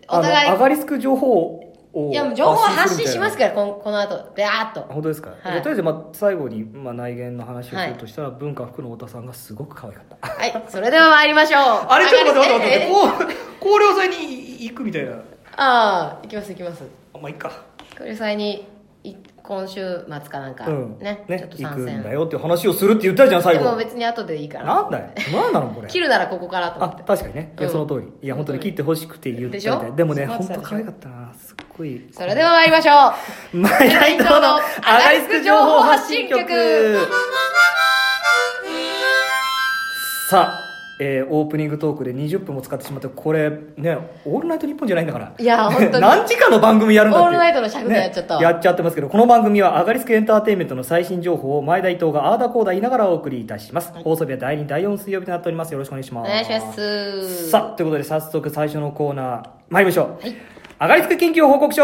S3: あ
S2: お
S3: の
S2: 互い
S3: アガリスク情報
S2: う
S3: を
S2: いやもう情報発信します
S3: か
S2: からこんこの後であーっ
S3: [LAUGHS]
S2: と
S3: 本当ですか、
S2: い
S3: じゃあとりあえず、まあ、最後に、まあ、内言の話をするとしたら、文化服の太田さんがすごく可愛かった
S2: はいそれでは参りましょう
S3: あれちょっと待って待
S2: ええ
S3: って待ってこう高齢祭に行くみたいな
S2: ああ行きます行きます
S3: あまあいっか
S2: これ際にい今週末かなんか、
S3: うん
S2: ねちょっと
S3: 行
S2: 参
S3: くんだ
S2: 戦
S3: よっていう話をするって言ったじゃん最
S2: でも
S3: 後
S2: 別に後でいいから
S3: なんだよなんなのこれ
S2: 切るならここからと思
S3: あ
S2: って
S3: 確かにねいや
S2: うん
S3: その通り、いや本当に切ってほしくて言った
S2: で
S3: み
S2: したょ
S3: いでもね
S2: そう
S3: 本
S2: そう
S3: 当可愛かったなすっごい
S2: それでは参りましょう
S3: マイライトのアガリスク情報発信局さあ、えーオープニングトークで20分も使ってしまってこれね「オールナイトニッポン」じゃないんだから
S2: いや本当に
S3: [LAUGHS] 何時間の番組やるんだって
S2: オー
S3: いう
S2: ルナイトの尺でやっちゃったわ
S3: ねやっちゃってますけどこの番組はアガリスクエンターテインメントの最新情報を前田伊藤があーだこうだ言いながらお送りいたします、放送日は第2第4水曜日となっておりますよろしくお願いし
S2: お
S3: ます
S2: 願いします
S3: さあということで早速最初のコーナー参りましょう、
S2: はい
S3: アガリスク緊急報告書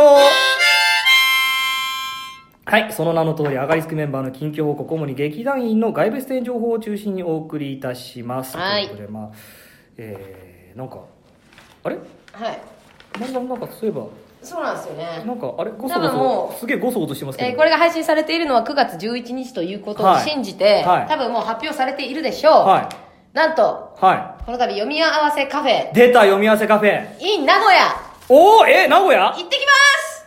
S3: はい、その名の通り、アガリスクメンバーの緊急報告、主に劇団員の外部出演情報を中心にお送りいたします。
S2: はい
S3: ということで、まあ、えー、なんか、あれ
S2: はい
S3: なんだなんか、そういえば、
S2: そうなんですよね
S3: なんか、あれごそ
S2: 多
S3: ご
S2: 分も
S3: そうすげえごそごそしてますけど。
S2: えーこれが配信されているのは9月11日ということを
S3: はい
S2: 信じて、
S3: はい
S2: 多分もう発表されているでしょう、
S3: は
S2: なんと
S3: い。は
S2: この度読み合わせカフェ
S3: い。出た、読み合わせカフェ。
S2: in 名古屋
S3: おー、え、名古屋
S2: 行ってき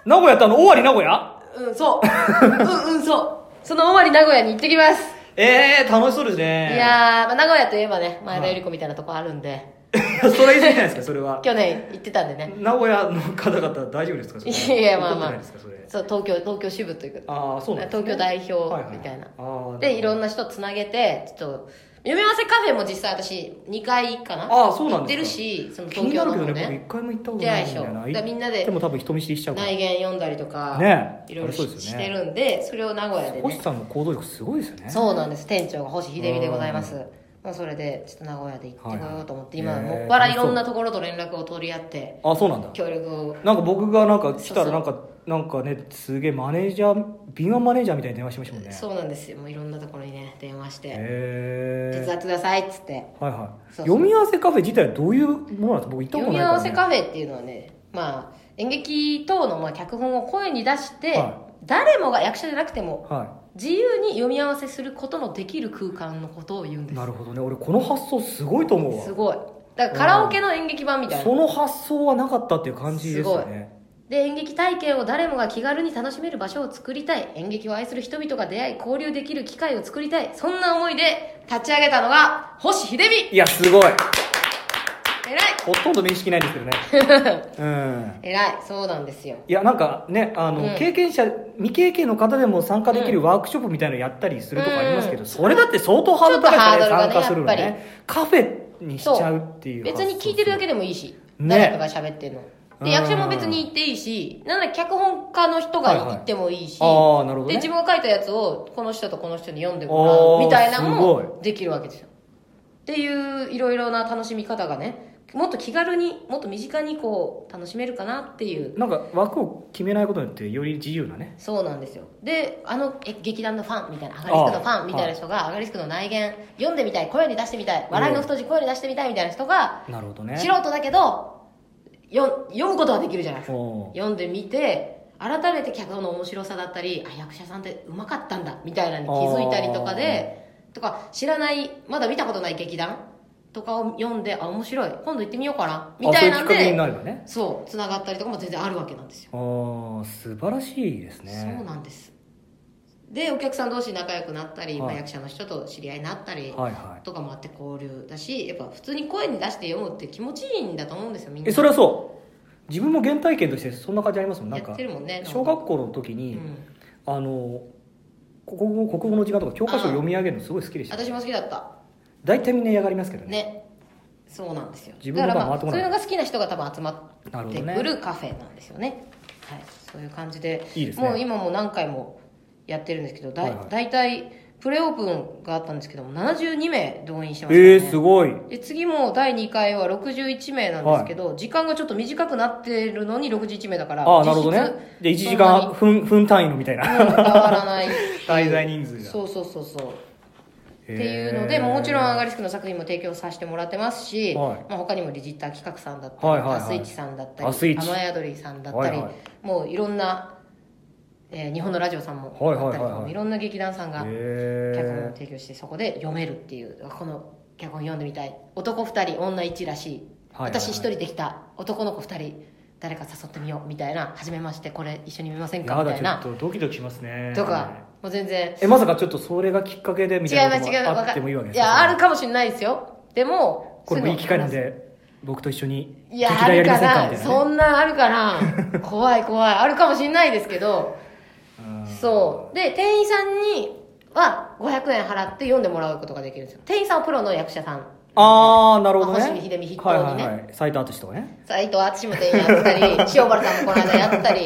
S3: 名古屋ってあの、終わり名古屋
S2: ますうんそううんうんそうその終わり名古屋に行ってきます
S3: えー、楽しそうですね。
S2: いやー、まあ、名古屋といえばね、前田由里子みたいなとこあるんで、
S3: い [LAUGHS] やそれ以前じゃないですか、それは。
S2: 去年行ってたんでね。
S3: 名古屋の方々大丈夫ですかそれ
S2: いやいや、まあ
S3: 怒って
S2: ま
S3: ない
S2: あ
S3: ですかそれ。
S2: そう、東京、東京支部というか、
S3: ああそうなんですね
S2: 東京代表みたいな。
S3: はははあー
S2: で、いろ
S3: なる
S2: んな人つなげて、ちょっと、読み合わせカフェも実際私、2回かな。
S3: あーそうなん
S2: 行っ
S3: です
S2: て
S3: か
S2: るし、その
S3: ほど気に
S2: 東京
S3: なる
S2: の
S3: けど
S2: 方
S3: ね僕
S2: ね。
S3: 一回も行ったことないんだよ
S2: 行ってないでし
S3: な
S2: ょだからみんなで
S3: でも多分人見知りしちゃうから
S2: 内言読んだりとか、
S3: ね
S2: いろいろ
S3: あれそうです
S2: し
S3: よ
S2: し
S3: ね
S2: てるんで、それを名古屋で
S3: 星
S2: ね。
S3: さんの行動力すごいですよね
S2: そうなんです。店長が星秀美でございます
S3: うん。
S2: まあそれで、ちょっと名古屋で行ってこようと思って、
S3: はいはい
S2: 今、
S3: へー
S2: もっぱらいろんなところと連絡を取り合って、
S3: あそうなんだ
S2: 協力を
S3: なんか僕がなんか来た
S2: そうそ
S3: ら
S2: う
S3: なんかなんかねすげえマネージャー敏腕マネージャーみたいに電話しましたもんね
S2: そうなんですよもういろんなところにね電話して「手伝
S3: へえ
S2: ってください」っつって
S3: はいはい
S2: そうそう
S3: 読み合わせカフェ自体はどういうものなんですか僕行った
S2: 読
S3: ことな
S2: み合
S3: いから
S2: わせ
S3: ね
S2: カフェっていうのはねまあ演劇等のまあ脚本を声に出して、
S3: は
S2: 誰もが役者じゃなくても
S3: は
S2: 自由に読み合わせすることのできる空間のことを言うん
S3: い
S2: です
S3: なるほどね俺この発想すごいと思うわ
S2: すごいだからカラオケの演劇版みたいな
S3: その発想はなかったっていう感じですよね
S2: で演劇体験を誰もが気軽に楽しめる場所を作りたい演劇を愛する人々が出会い交流できる機会を作りたいそんな思いで立ち上げたのが星秀美
S3: いやすごい
S2: 偉
S3: ほとんど面識ないんですけどねうん
S2: い偉いそうなんですよ
S3: いやなんかねあの、
S2: うん
S3: 経験者未経験の方でも参加できるワークショップみたいなのやったりするとかありますけど、
S2: うん
S3: それだって相当ハードル高い
S2: ち
S3: ですよね
S2: ょっとハードルがね
S3: 参加するの
S2: やっ
S3: ねカフェにしちゃうっていう
S2: 別に聞いてるだけ
S3: で
S2: でもいいし、
S3: ね
S2: 誰かが喋ってるの
S3: うん
S2: で役者も別に行っていいしなんなら脚本家の人が行ってもいいし、
S3: ああなるほど、
S2: で自
S3: ね、
S2: 分が書いたやつをこの人とこの人に読んでもらうみたいなの
S3: あーす
S2: もできるわけですよっていういろいろな楽しみ方がねもっと気軽にもっと身近にこう楽しめるかなっていう
S3: なんか枠を決めないことによってより自由なね
S2: そうなんですよであのえ劇団のファンみたいなアガリスクのファンみたいな人がアガリスクの内言読んでみたい声に出してみたい笑いの太字声に出してみたいみたいな人が
S3: なるほどね
S2: 素人だけどよ読むことはできるじゃないですか
S3: おー
S2: 読んでみて改めて脚本の面白さだったりあ役者さんってうまかったんだみたいなのに気づいたりとかでとか知らないまだ見たことない劇団とかを読んであ面白い今度行ってみようかなみたいな
S3: あ
S2: ん
S3: そういうきっかけに
S2: で
S3: なればね
S2: そうつながったりとかも全然あるわけなんですよ、
S3: あー素晴らしいですね
S2: そうなんですでお客さん同士仲良くなったり、まあ
S3: はい
S2: 役者の人と知り合いになったり
S3: はいはい
S2: とかもあって交流だしやっぱ普通に声に出して読むって気持ちいいんだと思うんですよみんな
S3: えそれはそう自分も原体験としてそんな感じありますもんなん
S2: やっ
S3: か
S2: てるもんね
S3: 小学校の時
S2: う
S3: に、
S2: ん、
S3: あの国語国語の時間とか教科書を読み上げるのすごい好きでした
S2: 私も好きだった
S3: 大体みんな嫌がりますけどね
S2: ねそうなんですよ
S3: 自分の
S2: だか
S3: 番
S2: ら、まあ、
S3: 回っ
S2: そ
S3: てこ
S2: う
S3: ない
S2: いうのが好きな人が多分集ま
S3: なる
S2: っ
S3: ほ
S2: て
S3: ど
S2: く
S3: ね
S2: るカフェなんですよねはいそういう感じで
S3: いいです
S2: もう
S3: ね
S2: 今も何回もやってるんですけどだ,、
S3: はいいはい
S2: 大体プレオープンがあったんですけども72名動員してました、ね、
S3: えー、すごい
S2: で次も第2回は61名なんですけど、時間がちょっと短くなってるのに61名だから
S3: ああなるほどねで1時間分分単位のみたい
S2: 実質
S3: な
S2: 変わら
S3: [LAUGHS]
S2: ない
S3: 滞在人数が
S2: そうそうそうそう
S3: って
S2: っていうので、もちろんアガリスクの作品も提供させてもらってますし、
S3: はい
S2: まあ、他にもリジッター企画さんだったり、
S3: はいはいはい
S2: アスイッチさんだった
S3: アスイ
S2: り
S3: ッチ
S2: 雨宿りさんだったり、
S3: はいはい
S2: もういろんな、えー日本のラジオさんも
S3: は
S2: あ
S3: いはい
S2: っ
S3: は
S2: たり
S3: い
S2: と
S3: はい
S2: かもいろんな劇団さんが
S3: へ
S2: 脚本を
S3: ー
S2: 提供してそこで読めるっていうこの脚本読んでみたい男2人女1らしい,、
S3: はいはいはい
S2: 私1人できた男の子2人誰か誘ってみようみたいな初めましてこれ一緒に見ませんか
S3: や
S2: み
S3: だ
S2: たい
S3: ちょっ
S2: な
S3: とドキドキしますね
S2: とかもう全然
S3: えまさかちょっとそれがきっかけでみ
S2: 違
S3: た
S2: い
S3: いな
S2: ま
S3: こ
S2: す
S3: と
S2: 違い
S3: が
S2: ま
S3: あっ
S2: す
S3: てもいいわけ
S2: い
S3: ですね
S2: やあるかもしれないですよでも
S3: これもいい機会なん
S2: そう
S3: で僕と一緒に
S2: いや
S3: 劇
S2: あ
S3: 団や
S2: る
S3: りま
S2: か
S3: せんか
S2: な
S3: みたいなね
S2: そんなんあるかな
S3: [LAUGHS]
S2: 怖い怖いあるかもしれないですけど
S3: うん
S2: そうで店員さんには500円払って読んでもらうことができるんですよ店員さんはプロの役者さん
S3: ああなるほどね
S2: まあ星見秀美筆頭にね
S3: はいはいはい、斉藤淳とかね
S2: 斎藤敦も店員やったり塩原さんもこの間や
S3: [LAUGHS]
S2: ったり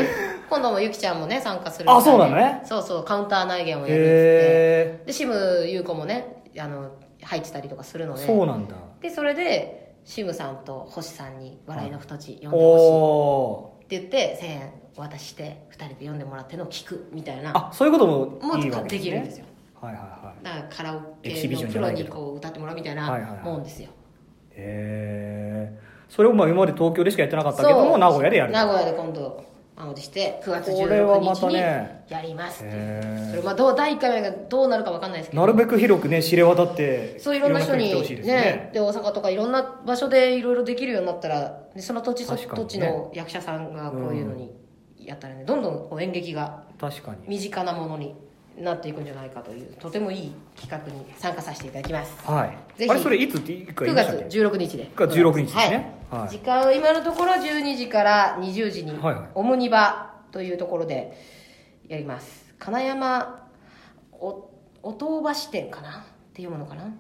S2: 今度もゆきちゃんもね参加するみたいで
S3: あそうなのね
S2: そうそうカウンター内言をやるっつって
S3: へ
S2: でシム優子もねあの入ってたりとかするの
S3: え
S2: で
S3: そうなんだ
S2: でそれでシムさんと星さんに「笑いの太ち」読んでほ
S3: お
S2: しいって言って1000円渡して2人で読んでもらってのを聞くみたい
S3: ー
S2: な
S3: あそういうことも
S2: も
S3: いいうわ
S2: と
S3: け
S2: できるんです
S3: よ
S2: よ
S3: はいはいはい
S2: だからカラオ
S3: エキシ
S2: ケ
S3: ビショ
S2: の
S3: ンじ
S2: プ
S3: ゃな
S2: ロ
S3: いけ
S2: に
S3: ど
S2: こう歌ってもらうみたい
S3: はいはいは
S2: ないもんですよ
S3: へえそれをまあ今まで東京でしかやってなかったけども名古屋でやる
S2: 名古屋で今度満を持して9月
S3: これは
S2: 16
S3: ま
S2: 日
S3: た
S2: に
S3: ね
S2: やりますっていう
S3: へえ
S2: それまあどう第1回目がどうなるか分かんないですけど
S3: なるべく広くね知れ渡って
S2: そういろんな人に
S3: いろんな来てほしいですね
S2: で大阪とかいろんな場所でいろいろできるようになったらでその土地そ
S3: 確かにね
S2: 土地の役者さんがこういうのにやったらね、どんどんこう演劇が
S3: 確かに
S2: 身近なものになっていくんじゃないかというとてもいい企画に参加させていただきます
S3: はい
S2: ぜひ
S3: あれそれいつっていくか言
S2: 9
S3: いまし
S2: 月
S3: たっけ
S2: 16日で
S3: 9月16日ですね
S2: はい
S3: はい
S2: 時間は今のところ12時から20時に、
S3: はいはい
S2: オムニバというところでやります金山お音橋店かなって読むのかな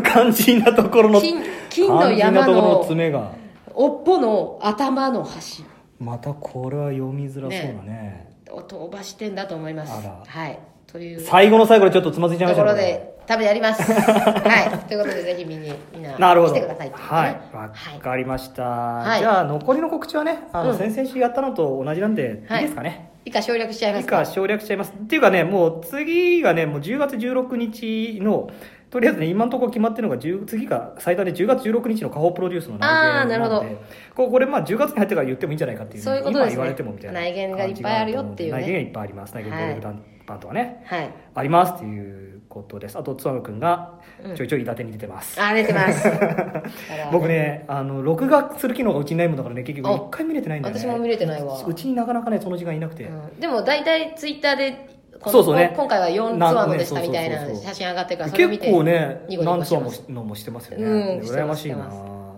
S3: [LAUGHS] 肝心なところの
S2: 金金の
S3: 肝心な
S2: 山
S3: ところの
S2: の
S3: 爪が
S2: おっぽの頭の端
S3: またこれは読みづらそうだね
S2: を飛ばしてんだと思います
S3: あら
S2: はいというと
S3: 最後の最後でちょっとつまずいちゃいまし
S2: こ
S3: たね
S2: ろで多分やり
S3: [LAUGHS]
S2: ますはいということでぜひ見にみんな
S3: なるほ
S2: 来
S3: ど。
S2: てくださいってことね
S3: はい。わ
S2: はい
S3: かりました。
S2: い
S3: じゃあ、残りの告知はね、あの、
S2: うん
S3: 先々週やったのと同じなんで、い
S2: はいい
S3: ですかね。
S2: 以下省略しちゃいま
S3: 以
S2: すか
S3: 下、省略しちゃいます。っていうかね、もう次がね、もう10月16日の、とりあえずね、今のところ決まってるのが、10次が最短で10月16日のカホプロデュースの
S2: あー
S3: 内言
S2: なるほ
S3: ん
S2: ど
S3: でこうこれ、まあ、10月に入ってから言ってもいいんじゃないかっていう、
S2: そういうことですね
S3: 今言われてもみたいな。
S2: 内言がいっぱいあるよっていうね
S3: 内言がいっぱいあります。内言ゴルフ版とかね、
S2: はい
S3: ありますっていうことです。あと、つわむくんが、ちょいちょい伊達に出てます。
S2: あ出てます
S3: [LAUGHS] 僕ねあの録画する機能がうちにないもんだからね結局
S2: あ
S3: 一回見れてないんだよね
S2: 私も見れてないわ
S3: うちになかなかねその時間いなくて、
S2: うんでも大体ツイッターでこの
S3: そうそうね
S2: 今回は4
S3: な
S2: ツアーのでした
S3: ねそうそうそう
S2: みたいな写真上がってるからそれ見
S3: 結
S2: て
S3: 構ね
S2: ニコニコ
S3: 何
S2: し
S3: ツ
S2: て
S3: ア
S2: ま
S3: も
S2: す
S3: のもしてますよね、
S2: うん
S3: ね
S2: してます
S3: 羨ましいな
S2: し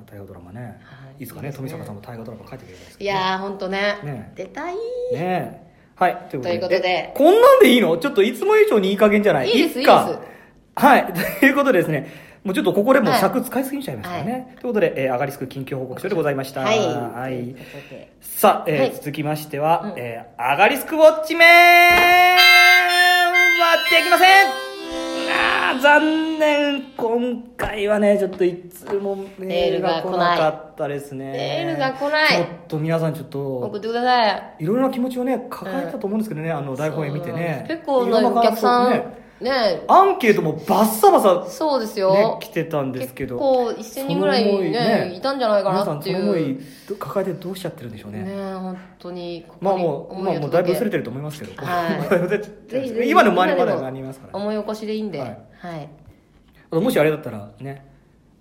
S2: て
S3: 大河ドラマね、
S2: はい
S3: い、つかね
S2: いいです
S3: 富
S2: ね
S3: 坂さんも大河ドラマ書いてくれるんです
S2: いやー本当ね
S3: ね
S2: 出たい
S3: ねえはいということで
S2: ということで
S3: えこんなんでいいのちょっといつも以上にいい加減じゃない
S2: いいです
S3: っか
S2: いいです
S3: はい [LAUGHS] ということでですねもうちょっとここでもう
S2: はい
S3: 尺使いすぎちゃいましたね、ということで、えー、アガリスク緊急報告書でございました
S2: はい
S3: はい
S2: ということで
S3: さあ、えー
S2: はい
S3: 続きましては、
S2: うん
S3: えーアガリスクウォッチメンはできませんあー残念今回はねちょっといつもメールが来なかったですね
S2: メールが来ない
S3: ちょっと皆さんちょっ
S2: 送っ
S3: と
S2: てください
S3: いろいろな気持ちをね抱えたと思うんですけどね、あの台本絵見てね
S2: そう結構なお客さん
S3: いろな感想をね
S2: ね
S3: アンケートもバッサバサ、
S2: そうです
S3: ね
S2: よ、、
S3: 来てたんですけど
S2: 結構1000人ぐらい
S3: その思
S2: ね
S3: いね
S2: いたんじゃないか
S3: 皆さ
S2: なんって
S3: そ
S2: い
S3: の思
S2: う
S3: いど抱えてどうしちゃってるんでしょうね
S2: ね本当にここ
S3: まあ
S2: に
S3: もう、
S2: 思
S3: まあ
S2: を
S3: もうだい
S2: 届
S3: ぶ
S2: け
S3: 薄れてると思いますけど、
S2: は
S3: [LAUGHS]
S2: ぜひぜひ
S3: 今の周りまだありますから、ね、
S2: 思い起こしでいいんでは
S3: はいい、あともしあれだったらね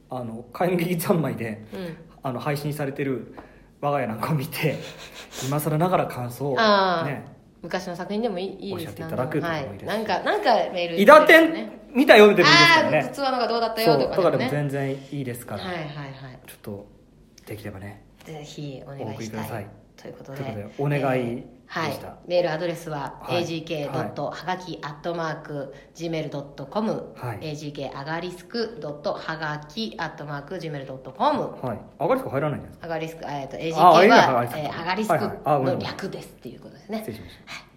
S3: あの買い抜き三昧で
S2: うん
S3: あの配信されてる我が家なんかを見て [LAUGHS] 今更ながら感想を
S2: ああ
S3: ね
S2: 昔の作品でもいいいいです
S3: おっしゃっていただくと
S2: は
S3: いうのもいい
S2: い
S3: ですし
S2: なんかなんかメール
S3: 「伊達
S2: 店
S3: 店見たよ」みたいなの
S2: ああー
S3: いいです
S2: 実はのがどうだった
S3: から
S2: よ
S3: ね
S2: と
S3: そう
S2: か
S3: とかで
S2: ね
S3: も全然いいですか
S2: はい
S3: ら、
S2: はいはい
S3: ちょっとできればね
S2: ぜひお願
S3: お
S2: い
S3: 送り
S2: し
S3: く
S2: た
S3: だ
S2: い
S3: さい
S2: ということ
S3: と
S2: で
S3: いうことでお願いで
S2: はい
S3: した、、
S2: メールアドレスは、
S3: はい
S2: agk.
S3: は
S2: はがき .gmail.com、
S3: はい
S2: agk アガリスクはがき .gmail.com
S3: はい、上がりしか入らないんじゃないですか
S2: アガリスク、えっと agk
S3: ああいいね
S2: は
S3: アガリスク
S2: えーアガリス
S3: はいはいあ
S2: ク
S3: ごめん
S2: の
S3: ごめん
S2: 略ですっていうことですね
S3: 失礼しました、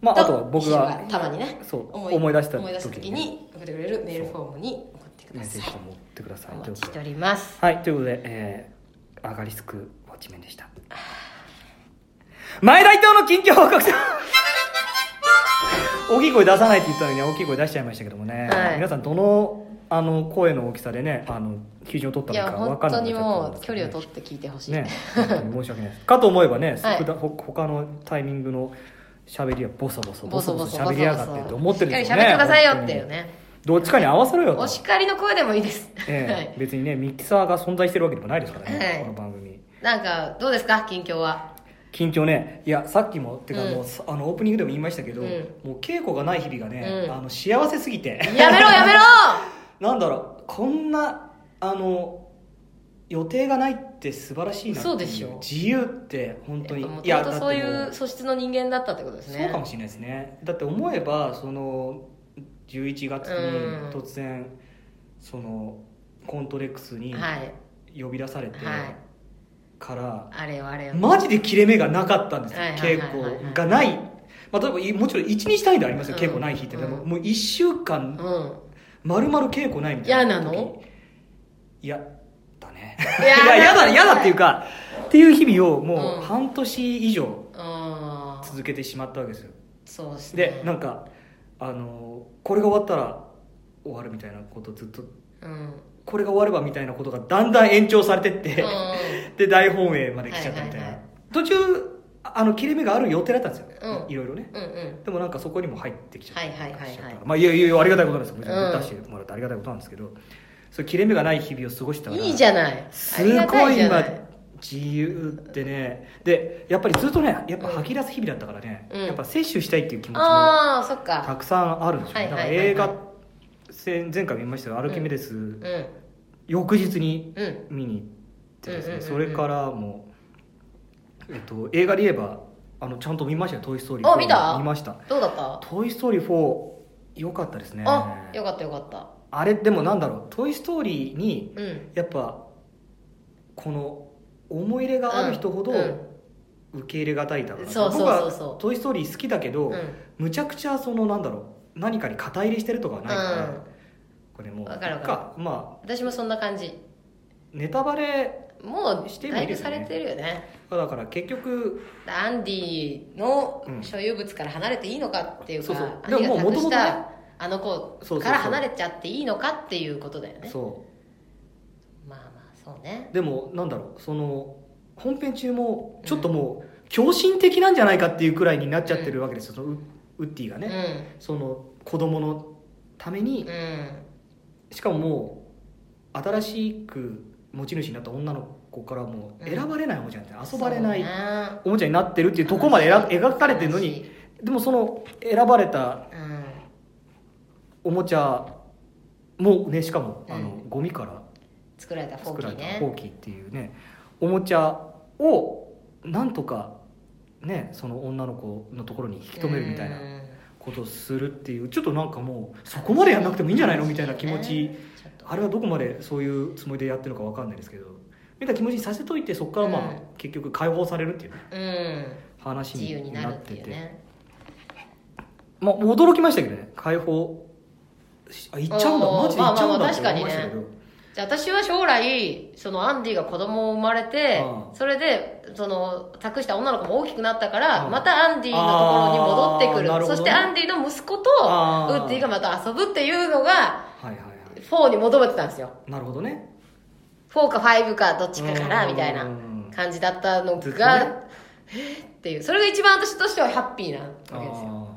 S3: まああとは僕が
S2: たまにね
S3: そう思い出した
S2: 思い出した時
S3: 時に
S2: に送ってくれるメールフォームに送ってくだ
S3: ねぜ
S2: さ
S3: ひ
S2: い
S3: とも送ってください
S2: お
S3: と
S2: 待
S3: いう
S2: ちし
S3: こと
S2: て
S3: で
S2: おります
S3: はいということで、えー、アガリスクウォッチメンでした前大統の近況報告書 [LAUGHS] 大きい声出さないって言ったのに大きい声出しちゃいましたけどもね、
S2: はい
S3: 皆さんどのあの声の大きさでねあの基準を取っ
S2: い
S3: たの
S2: や
S3: か分
S2: 本
S3: かんな
S2: 当
S3: い
S2: にもう距離を取って聞いてほしい、
S3: ね、本当に申し訳ないです。かと思えばね、
S2: [LAUGHS] はい
S3: 普段ほ他のタイミングの喋りはボソボソ
S2: ボ
S3: ボ
S2: ソ
S3: ソ
S2: ボ
S3: ボ
S2: ソ
S3: ソ
S2: ボソボソ
S3: 喋りやがってと思ってるんです
S2: しっ
S3: よ
S2: かり喋
S3: ね。
S2: ってくださいよっていうね
S3: 本当に。どっちかに合わせろよと。
S2: お叱りの声でもいいです、
S3: ええ、別にねミキサーが存在してるわけでもないですからね、
S2: はい
S3: この番組
S2: [LAUGHS] なんかどうですか近況は
S3: 緊張ねいやさっきもっていうか
S2: うん
S3: もう、さあのオープニングでも言いましたけど、
S2: うん
S3: もう稽古がない日々がね、
S2: うん
S3: あの幸せすぎて [LAUGHS]
S2: やめろやめろ
S3: なんだろうこんなあの予定がないって素晴らしいなってい
S2: そうでしょ
S3: 自由って本当に
S2: もともとそうい
S3: だっても
S2: う素質の人間だったってことですね
S3: そうかもしれないですねだって思えばその11月に
S2: うん
S3: 突然、そのコントレックスに
S2: はい
S3: 呼び出されて
S2: はい
S3: から、
S2: あれよあれよ
S3: マジで切れ目がなかったんですよ
S2: はいはい
S3: 稽
S2: はいはい
S3: 古がない、まあ、例えばもちろん1日単位でありますよ、
S2: うん
S3: 稽古ない日ってでも
S2: うん
S3: もう1週
S2: う
S3: 間
S2: ん
S3: まるまる稽古ないみたいな
S2: 嫌なの
S3: いやだね
S2: い
S3: [LAUGHS] い
S2: や
S3: や嫌だ嫌だっていうかっていう日々をも
S2: うん
S3: う半年以上
S2: あー
S3: 続けてしまったわけですよ
S2: そうですね
S3: でなんかあのこれが終わったら終わるみたいなことずっと
S2: うん
S3: これが終わればみたいなことがだんだん延長されてって、
S2: う
S3: で大本営まで来ちゃったみたいな、
S2: はいはいはい
S3: 途中あの切れ目がある予定だったんですよ、
S2: うん
S3: いろいろね
S2: んうんうん
S3: でもなんかそこにも入ってきちゃった
S2: はいはいはいはい
S3: しちゃったからまあいやいやいやありがたいことなんですよ別
S2: うん
S3: に出してもらってありがたいことなんですけど、そういう切れ目がない日々を過ご [LAUGHS] したから
S2: いいじゃない
S3: すごい今
S2: ありがたいじゃない
S3: 自由ってねでやっぱりずっとねやっぱ吐き出す日々だったからね、
S2: うん
S3: やっぱ摂取したいっていう気持ちも
S2: あーそっか
S3: たくさんあるんでしょう
S2: は
S3: ね
S2: い
S3: だ
S2: はい
S3: から
S2: はいはい
S3: 映画戦前回見ましたよ「アルキメデス」
S2: うん
S3: 翌日に
S2: うん
S3: 見に行ってです
S2: うんうんうんう
S3: ね
S2: ん
S3: それからもう、えっと、映画で言えばあのちゃんと見ましたよ「トイ・ストーリー
S2: あ
S3: 4」
S2: 見た
S3: 見ました
S2: どうだっ
S3: 「
S2: た
S3: トイ・ストーリー4」良かったですね
S2: あよかったよかった
S3: あれでもなんだろう「トイ・ストーリー」に
S2: うん
S3: やっぱこの思い入れがある人ほど
S2: うん
S3: 受け入れがたいだろうな
S2: そうそうそうそう
S3: 僕はトイ・ストーリー」好きだけど、
S2: うん
S3: むちゃくちゃそのなんだろう何かに肩入れしてるとかはないから、
S2: うん
S3: これもう
S2: わかるわ
S3: いっ
S2: かる
S3: まあ
S2: 私もそんな感じ
S3: ネタバレ
S2: もう
S3: しても
S2: だ
S3: い
S2: い
S3: い
S2: ぶ
S3: です
S2: さ
S3: よね
S2: れてるよね
S3: がだから結局
S2: アンディの
S3: うん
S2: 所有物から離れていいのかっていうか、
S3: そうそう
S2: アンディが
S3: でももう
S2: 託し
S3: 元々ね
S2: たあの
S3: そ
S2: 子
S3: うそう
S2: から離れちゃっていいのかっていうことだよね
S3: そ
S2: まあまあそうね
S3: うでもなんだろうその本編中もちょっともう狂心的なんじゃないかっていうくらいになっちゃってるわけですよ、そのウウッディがね、その子供のため
S2: う
S3: に
S2: んうん
S3: しかももう新しく持ち主になった女の子からもう選ばれないおもちゃになって遊ばれない、
S2: そうね
S3: おもちゃになってるっていうところまで描描かれてるの
S2: 悲し
S3: に
S2: い
S3: でもその選ばれた
S2: うん
S3: おもちゃもねしかも、
S2: うん
S3: あのゴミから
S2: 作られたフォー
S3: 作
S2: キ
S3: ら
S2: ー
S3: れた
S2: ね
S3: フォーキーっていうねおもちゃをなんとかねその女の子のところに引き止めるみたいな
S2: うん
S3: ことをするっていうちょっとなんかもうそこまでやんなくてもいいんじゃないのみたいな気持ち
S2: ちょっと
S3: あれはどこまでそういうつもりでやってるのかわかんないですけどみたいな気持ちにさせといてそこからまあ、
S2: うん
S3: 結局解放されるっていうね
S2: うん
S3: 話
S2: 自由
S3: に
S2: に
S3: な
S2: な
S3: っ
S2: るって
S3: て
S2: いう
S3: て
S2: ね
S3: まあ驚きましたけどね解放しあ行っちゃうんだ
S2: おー
S3: マジで行っちゃうん
S2: まあまあまあ
S3: だって思いましたけど、
S2: 確で私は将来そのアンディが子供を生まれて、
S3: うん
S2: それでその託した女の子も大きくなったから、
S3: うん
S2: またアンディのところに戻ってくる
S3: あーなるほど
S2: そ
S3: ね
S2: してアンディの息子と
S3: あー
S2: ウッディがまた遊ぶっていうのが
S3: はいはいは
S2: 4に求めてたんですよ
S3: いなるほどね
S2: 4か5かどっちかかな
S3: うん
S2: みたいな感じだったの
S3: ずっと
S2: が、
S3: ね
S2: えーっていうそれが一番私としてはハッピーなわけ
S3: あ
S2: ですよ
S3: ー
S2: っ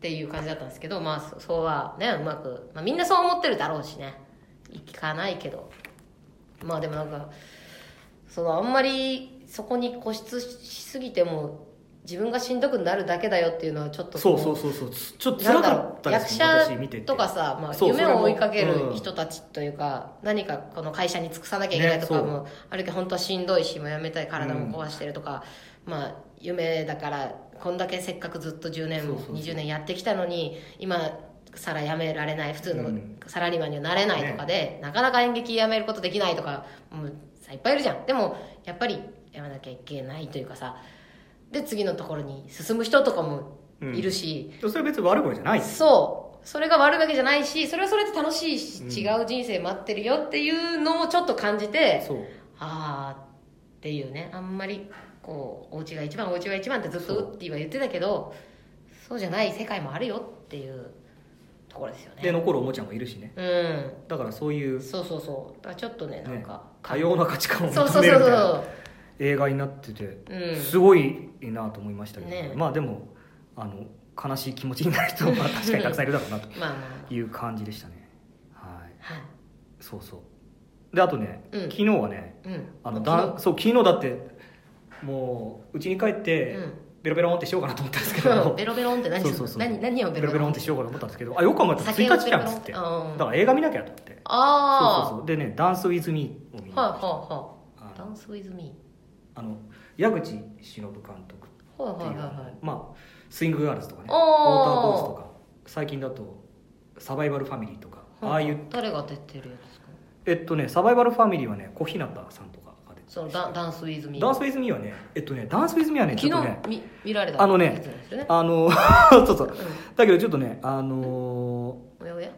S2: ていう感じだったんですけどまあそそうはねうまく、まあ、みんなそう思ってるだろうしねいかないけどまあでもなんかそのあんまりそこに固執しすぎても自分がしんどくなるだけだよっていうのはちょっと
S3: そう
S2: の
S3: そうそうそうつちょっと
S2: な
S3: 辛
S2: んだ
S3: か
S2: ろ
S3: った
S2: う
S3: で
S2: 役
S3: す
S2: 者
S3: 私見てて
S2: とかさ、まあ、
S3: そう
S2: 夢を追いかけ
S3: それもう
S2: る
S3: ん
S2: 人たちというか、何かこの会社に尽くさなきゃいけないとか
S3: ね
S2: も、あるけど本当はしんどいしもうやめたい体も壊してるとか、まあ夢だからこんだけせっかくずっと10年
S3: そうそうそう
S2: 20年やってきたのに今更やめられない普通
S3: う
S2: の
S3: ん
S2: サラリーマンにはなれないとかで、なかなか演劇やめることできないとかもうさいっぱいいるじゃんでもやっぱりやめなきゃいけないというかさで次のところに進む人とかもいるし、
S3: それは別に悪いことじゃないです
S2: そうそれが悪いわけじゃないしそれはそれで楽しいし、違う人生待ってるよっていうのもちょっと感じて
S3: そう
S2: ああっていうねあんまりこうお家が一番お家が一番ってずっとウッディは言ってたけどそうじゃない世界もあるよっていうところですよ
S3: で
S2: ね
S3: 残るおもちゃもいるしね
S2: う
S3: だからそういうん
S2: そうそうそうだからちょっとねなんか、
S3: 多様な価値観を
S2: そうそ
S3: 求
S2: う
S3: め
S2: そう
S3: るみ
S2: そ
S3: たいな
S2: う
S3: 映画になってて
S2: うん
S3: すごいいいなと思いましたけど、
S2: ね
S3: まあでもあの悲しい気持ちになる人は確かにたくさんいるだろうなと
S2: まあま
S3: いう感じでしたねはい
S2: あはい
S3: そうそうであとね、
S2: うん
S3: 昨日はね
S2: うん
S3: あのだそう昨日だってもう家に帰っ
S2: う
S3: て、
S2: ん
S3: ベロベロンってしようかなと思ったんですけ
S2: う [LAUGHS]
S3: ど
S2: んベロベロンって何
S3: そうそうそう
S2: 何何をベ
S3: ベ
S2: ロベ
S3: ロベ
S2: ロ
S3: ロ
S2: ン
S3: ンってしようかなと思ったんですけどあよく考えたら
S2: 酒を
S3: 1
S2: ベ
S3: 日
S2: ロベ
S3: な
S2: ロ
S3: んで
S2: ン
S3: すってだ
S2: うんうん
S3: から映画見なきゃと思ってそう
S2: ああ
S3: そうそうでね「ダンス・ウィズ・ミー」を見に
S2: はい
S3: 行
S2: は
S3: きまし
S2: いは
S3: た
S2: い
S3: あ
S2: ダ
S3: の
S2: ンスウィズミ
S3: あの矢口忍監督
S2: ーはい
S3: って
S2: はい
S3: いう、
S2: はいはい
S3: まあスイングガールズとかねウォ
S2: お
S3: ー
S2: ー
S3: ターボーイズとか最近だとサバイバルファミリーとかああいう
S2: 誰が出てるやつですか
S3: えっとねサバイバルファミリーはね小日向さんとかが出て
S2: そのダンダンスウィズミー
S3: ダンスウィズミーはねえっとねダンスウィズミーはねち
S2: 昨
S3: ょっと
S2: 日
S3: ね
S2: 見見られた
S3: あのね
S2: やつなんですよね
S3: あの [LAUGHS] そうそうだけどちょっとねあの
S2: おやお
S3: [LAUGHS]
S2: や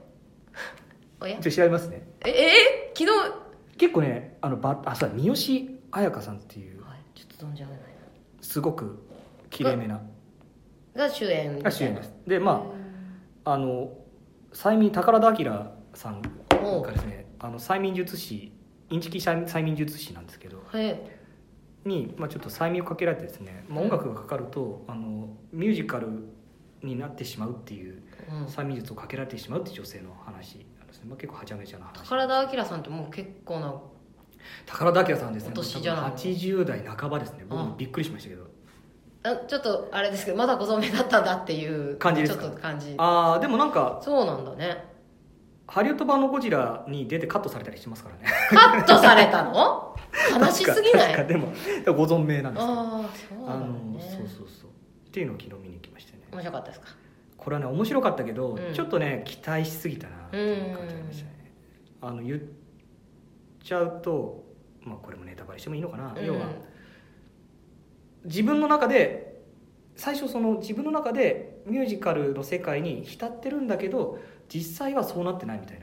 S2: おや
S3: ー、ちょっと調べますね
S2: えええ昨日
S3: 結構ねあのばあそうだ三好彩香さんっていう
S2: はいちょっと存じ上げない
S3: すごくきれいめな
S2: なが主演みたいな
S3: が主演ですでまああの催眠宝田明さん
S2: おう
S3: がですねあの催眠術師インチキ催眠催眠術師なんですけど
S2: へえ
S3: に、まあ、ちょっと催眠をかけられてですね、まあ、
S2: うん
S3: 音楽がかかるとあのミュージカルになってしまうっていう
S2: うん
S3: 催眠術をかけられてしまうっていう女性の話なんですね、まあ、結構はちゃめちゃな話
S2: 宝田明さんってもう結構な
S3: 宝田明さんですね
S2: お年じゃない
S3: もう多分80代半ばですね僕
S2: あ
S3: もびっくりしましたけど
S2: あちょっとあれですけどまだご存命だったんだっていう
S3: 感じですか
S2: ちょっと感じ
S3: ああでもなんか
S2: そうなんだね
S3: ハリウッド版のゴジラに出てカットされたりしてますからね
S2: カットされた
S3: [LAUGHS]
S2: の悲しすぎな
S3: 確か
S2: い
S3: でもご存命なんですけど
S2: ああそう
S3: あ
S2: なん
S3: の
S2: だね
S3: そうそうそうっていうのを昨日見に行きましたね
S2: 面白かったですか
S3: これはね面白かったけど、
S2: うん
S3: ちょっとね期待しすぎたなっていう感じがありましたね、あの言っちゃうとまあこれもネタバレしてもいいのかな、要は自分の中で最初その自分の中でミュージカルの世界に浸ってるんだけど実際はそうなってないみたい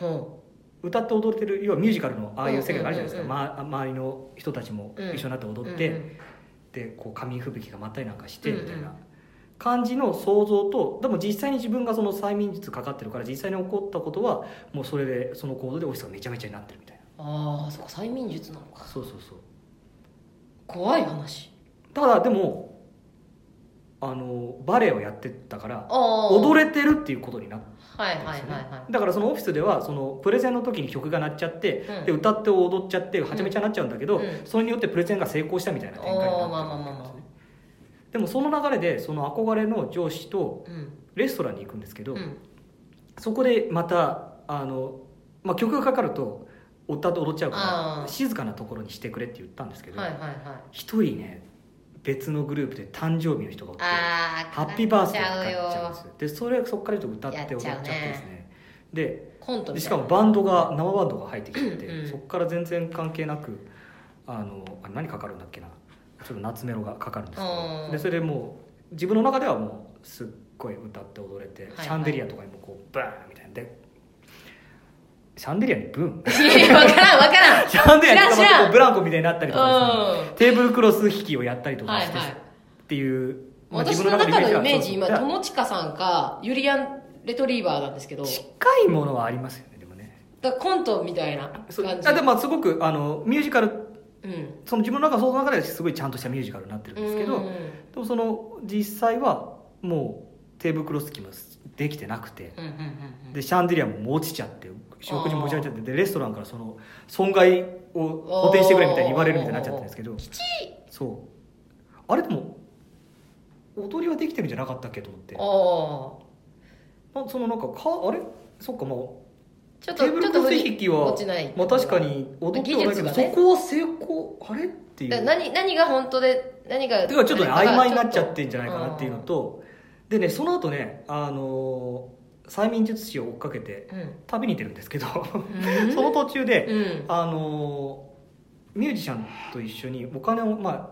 S3: な
S2: うんほう
S3: 歌って踊ってる要はミュージカルのああいう世界があるじゃないですか、
S2: うんうんう
S3: ま周りの人たちも一緒になって踊って、でこう紙吹雪が舞ったりなんかしてみたい
S2: うんう
S3: なん感じの想像とでも実際に自分がその催眠術かかってるから実際に起こったことはもうそれでその行動でオフィスがめちゃめちゃになってるみたい
S2: ああそっか催眠術なの
S3: な
S2: か
S3: そうそうそう
S2: 怖い話
S3: ただでもあのバレエをやってたから
S2: あー
S3: 踊れてるっていうことになって
S2: はいはい
S3: ま
S2: はい
S3: すよね
S2: は
S3: だからそのオフィスではそのプレゼンの時に曲が鳴っちゃって、
S2: うん
S3: で歌って踊っちゃってはちゃめちゃになっちゃうんだけど、
S2: うん
S3: それによってプレゼンが成功したみたいな展開になってる
S2: おーまあまあまあまあ
S3: わけですねでもその流れでその憧れの上司と
S2: いうん
S3: レストランに行くんですけど、
S2: うん
S3: そこでまたあの、まあ、曲がかかると歌って踊っちゃうか
S2: あー
S3: ら静かなところにしてくれって言ったんですけど
S2: はいはいはい
S3: 一、人ね別のグループで誕生日の人がおって
S2: ああ
S3: ハッピーバースデーがかかっ
S2: ち
S3: ちゃ
S2: ゃ
S3: う
S2: うよ
S3: んですでそれそこからちょっと歌って踊っちゃ
S2: や
S3: ってです
S2: っちゃう
S3: ねで
S2: コント
S3: で
S2: み
S3: したか
S2: い
S3: も
S2: な
S3: バンドが生バンドが入ってきてて、
S2: うんうん
S3: そこから全然関係なくあのあれ何かかるんだっけなちょっと夏メロがかかるんですけ
S2: う
S3: ど
S2: ん
S3: でそれでもう自分の中ではもうすっごい歌って踊れて、
S2: はいはい
S3: シャンデリアとかにもこうバーンみたいなでシャンデリアにブン [LAUGHS]
S2: [LAUGHS] いやわからんわからん
S3: シャンデリアに
S2: 知らん知らん
S3: こうブランコみたいになったりとかですね、テーブルクロス引きをやったりとかして、
S2: はいはい
S3: っていう、まあ
S2: 私の中のイメージ今
S3: がそうそう
S2: 友近さんかユリアンレトリーバーなんですけど
S3: 近いものはありますよねでもね
S2: だからコントみたいな感じ
S3: そうあでもまあすごくあのミュージカル
S2: うん
S3: その自分の中想像の中ではすごいちゃんとしたミュージカルになってるんですけど、
S2: うん
S3: でもその実際はもうテーブルクロス付きもできてなくて
S2: うんうんうんうん
S3: でシャンデリアももう落ちちゃって食事も落ちちゃってでレストランからその損害を補填してくれみたいに言われるみたいになっちゃったんですけど
S2: きち
S3: そうあれでも踊りはできてるんじゃなかったっけと思って
S2: ああ
S3: まあ、そのなんかかあれそっかまあ
S2: ちょっと
S3: テーブルクロス引き
S2: ちょっと
S3: は
S2: 落ちない
S3: まあ、確かに踊ってはない
S2: 技術
S3: けど、
S2: が
S3: そ
S2: ね
S3: こは成功あれっていう
S2: だから何何が本当で何が
S3: てかちょっとね
S2: あれ
S3: 曖
S2: か
S3: 昧になっちゃってんじゃないかなっていうのとでねその後ねあのー催眠術師を追っかけて
S2: うん
S3: 旅に出るんですけど
S2: うん
S3: [LAUGHS] その途中で、
S2: うん
S3: あのーミュージシャンと一緒にお金をまあ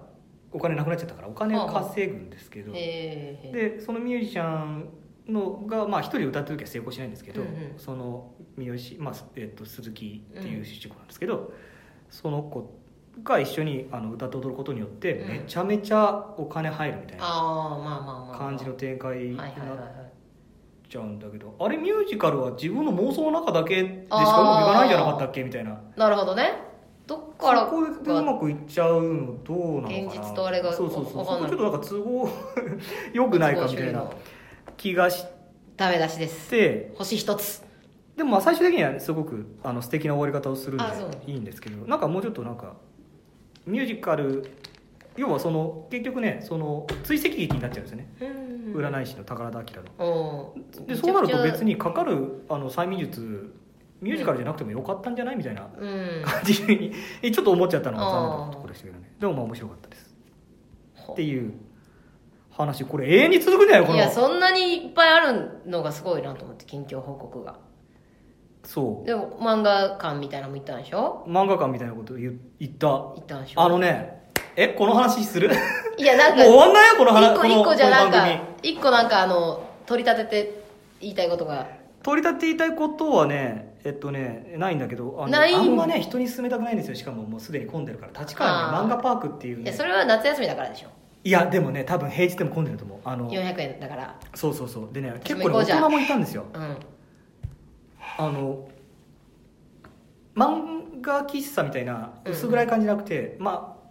S3: お金なくなっちゃったからお金を稼ぐんですけど、
S2: へー
S3: でそのミュージシャンのがまあ、一人歌ってる時は成功しないんですけど、
S2: うんうん
S3: その三好、まあすえっと鈴木っていう主人公なんですけど、その子が一緒にあの歌って踊ることによって
S2: うん
S3: めちゃめちゃお金入るみたいな
S2: ああまあまあまあまあ
S3: 感じの展開にな
S2: はいはいはいは
S3: っ
S2: い
S3: ちゃうんだけどあれミュージカルは自分の妄想の中だけでしかうまくいかないんじゃなかったっけみたいな
S2: なるほどねどっ
S3: そ
S2: から
S3: こでうまくいっちゃうのどうなのかな
S2: 現実とあれが
S3: そうそうそう
S2: わかんない
S3: そこちょっとなんか都合 [LAUGHS] 良くないかみたいな気がし
S2: ダメ出しです
S3: て
S2: 星一つ
S3: でもまあ最終的にはすごくあの素敵な終わり方をするんで
S2: あそう
S3: いいんですけどなんかもうちょっとなんかミュージカル要はその結局ねその追跡劇になっちゃうんですよね、
S2: 占
S3: 占い師の宝田明の。
S2: うん
S3: でそうなると別
S2: に
S3: にかかるあの催眠術ミュージカルじゃなくてもよかったんじゃないみたいな
S2: うん
S3: 感じにちょっと思っちゃったのが残念
S2: あ
S3: な
S2: ー
S3: ところでしたけどねでもまあ面白かったですっていう話これ永遠に続くんじゃない [LAUGHS] こ
S2: い
S3: の
S2: やそんなにいっぱいあるのがすごいなと思って近況報告が
S3: そ
S2: でも漫画館みたいなのも行ったんでしょ
S3: う漫画館みたいなこと言言った
S2: 行ったんでしょ
S3: あのねえこの話するも
S2: いやなん
S3: う
S2: か
S3: 終わんないよこの話
S2: 一個
S3: この
S2: 一個じゃ
S3: こ
S2: な
S3: の
S2: ん
S3: 番
S2: か一個なんかあの取り立てて言いたいことが
S3: 組取り立て言いたいことはねえっとねないんだけどあの
S2: ない
S3: あんまね人に勧めたくないんですよしかももうすでに混んでるから立川
S2: あー
S3: にね漫画パークっていう
S2: い
S3: ね
S2: やそれは夏休みだからでしょ
S3: いやでもね多分平日でも混んでると思うあの
S2: 400円だから
S3: そうそうそうでね
S2: 私
S3: 結
S2: も行こ
S3: 構ね
S2: う
S3: 大
S2: じゃん
S3: 人もいたんですよ
S2: うん
S3: あの漫画喫茶みたいな薄暗い感じじゃなくて、まあ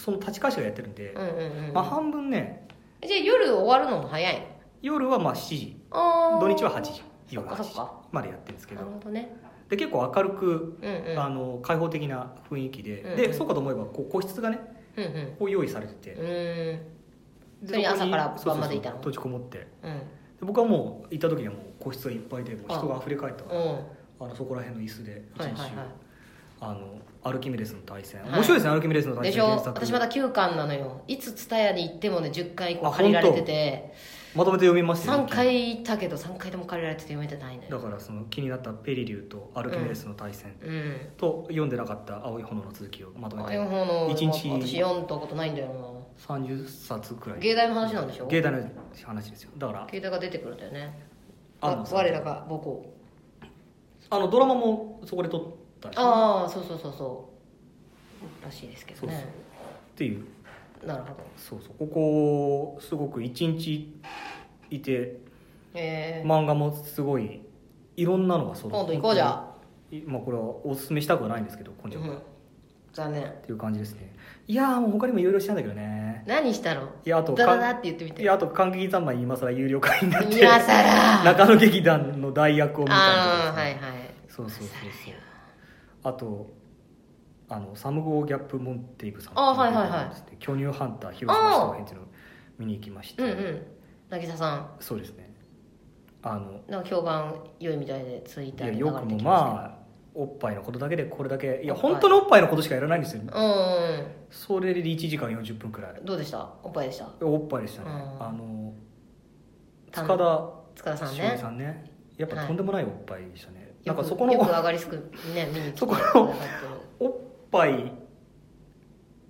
S3: その立川市がやってるんで、
S2: うんうんうん
S3: まあ、半分ね
S2: じゃあ夜終わるのも早いの
S3: 夜はまあ7時
S2: あー
S3: 土日は8時夜
S2: そっかそ
S3: 8
S2: っ
S3: 時
S2: か
S3: までやってるんですけ
S2: な
S3: ど
S2: るほどね
S3: で結構明るく、
S2: うんうん
S3: あの開放的な雰囲気で、
S2: うん
S3: でそうかと思えばこう個室がね
S2: うんうん
S3: こう用意されてて、
S2: うーん
S3: で
S2: それに朝から
S3: そこ
S2: 晩
S3: に
S2: までいたの
S3: そうそうそう閉じこもってで
S2: うん
S3: 僕はもう行った時にはもう個室がいっぱいでもう人が溢れ返ったから
S2: うん
S3: あのそこら辺の椅子で一日、
S2: はいはいは
S3: あのアルキメデスの対戦、
S2: はい
S3: 面白いですねアルキメデスの
S2: いで
S3: 対
S2: し
S3: 戦
S2: ょ
S3: 原作
S2: 私まだ9巻なのよいつ蔦屋に行ってもね10回こ
S3: あ
S2: う借りられてて
S3: まとめて読みましたよ
S2: 3回行ったけど3回とも借りられてて読めてないの
S3: だ
S2: よ
S3: からその気になったペリリューとアルキメデスの対戦
S2: うん
S3: と読んでなかった青い炎の続きをまとめ
S2: あ
S3: て
S2: の方の
S3: 一日
S2: 私読んだことないんだよな
S3: 30冊くらい
S2: 芸大の話なんでしょ
S3: 芸大の話ですよだから
S2: 携帯が出てくるんだよね
S3: あ
S2: わ
S3: の
S2: 我らが母校
S3: あのドラマもそこで撮ったんですよ
S2: ああそうそうそうそうらしいですけどね
S3: っていう
S2: なるほど
S3: そうそうここすごく一日いて
S2: ええ
S3: 漫画もすごいいろんなのがそう
S2: 今度行こうじゃあ、
S3: いまあ、これはおすすめしたくはないんですけど今
S2: う
S3: 度は、
S2: ん
S3: っ、
S2: 残念
S3: ていう感じですねいやーもう他にもいろいろしたんだけどね
S2: 何したの
S3: いやあと
S2: ダラ
S3: か
S2: ダ
S3: ん
S2: って言ってみて
S3: いやあと観劇三昧今更有料会になって
S2: 今さら
S3: 中野劇団の代役を見たり
S2: ああ
S3: とか
S2: は
S3: で
S2: い
S3: すね、
S2: はい
S3: そうそうそうそう
S2: 今更よ
S3: あとあのサム・ゴー・ギャップ・モンテイブさん
S2: あーはいはいはい
S3: い巨乳ハンター広島市長編っていうのを見に行きまして、
S2: うんうん渚さん
S3: そうですねあの
S2: なんか評判良いみたいでツイッ
S3: い
S2: ター
S3: や
S2: で
S3: よくもまあおっぱいのことだけでこれだけいや本当のおっぱいのことしかやらないんですよ
S2: あうんうん
S3: それで1時間40分くらい
S2: うんどうでしたおっぱいでした
S3: おっぱいでしたね、
S2: うん
S3: あの
S2: た
S3: 塚
S2: ん
S3: 田
S2: 塚田さん
S3: 修二
S2: ね
S3: さんねやっぱ
S2: はい
S3: とんでもないおっぱいでしたね、
S2: よ
S3: なん
S2: く
S3: かそこ
S2: よく
S3: の
S2: 上がりすくね見に来て
S3: そこの
S2: くださってる
S3: おっぱい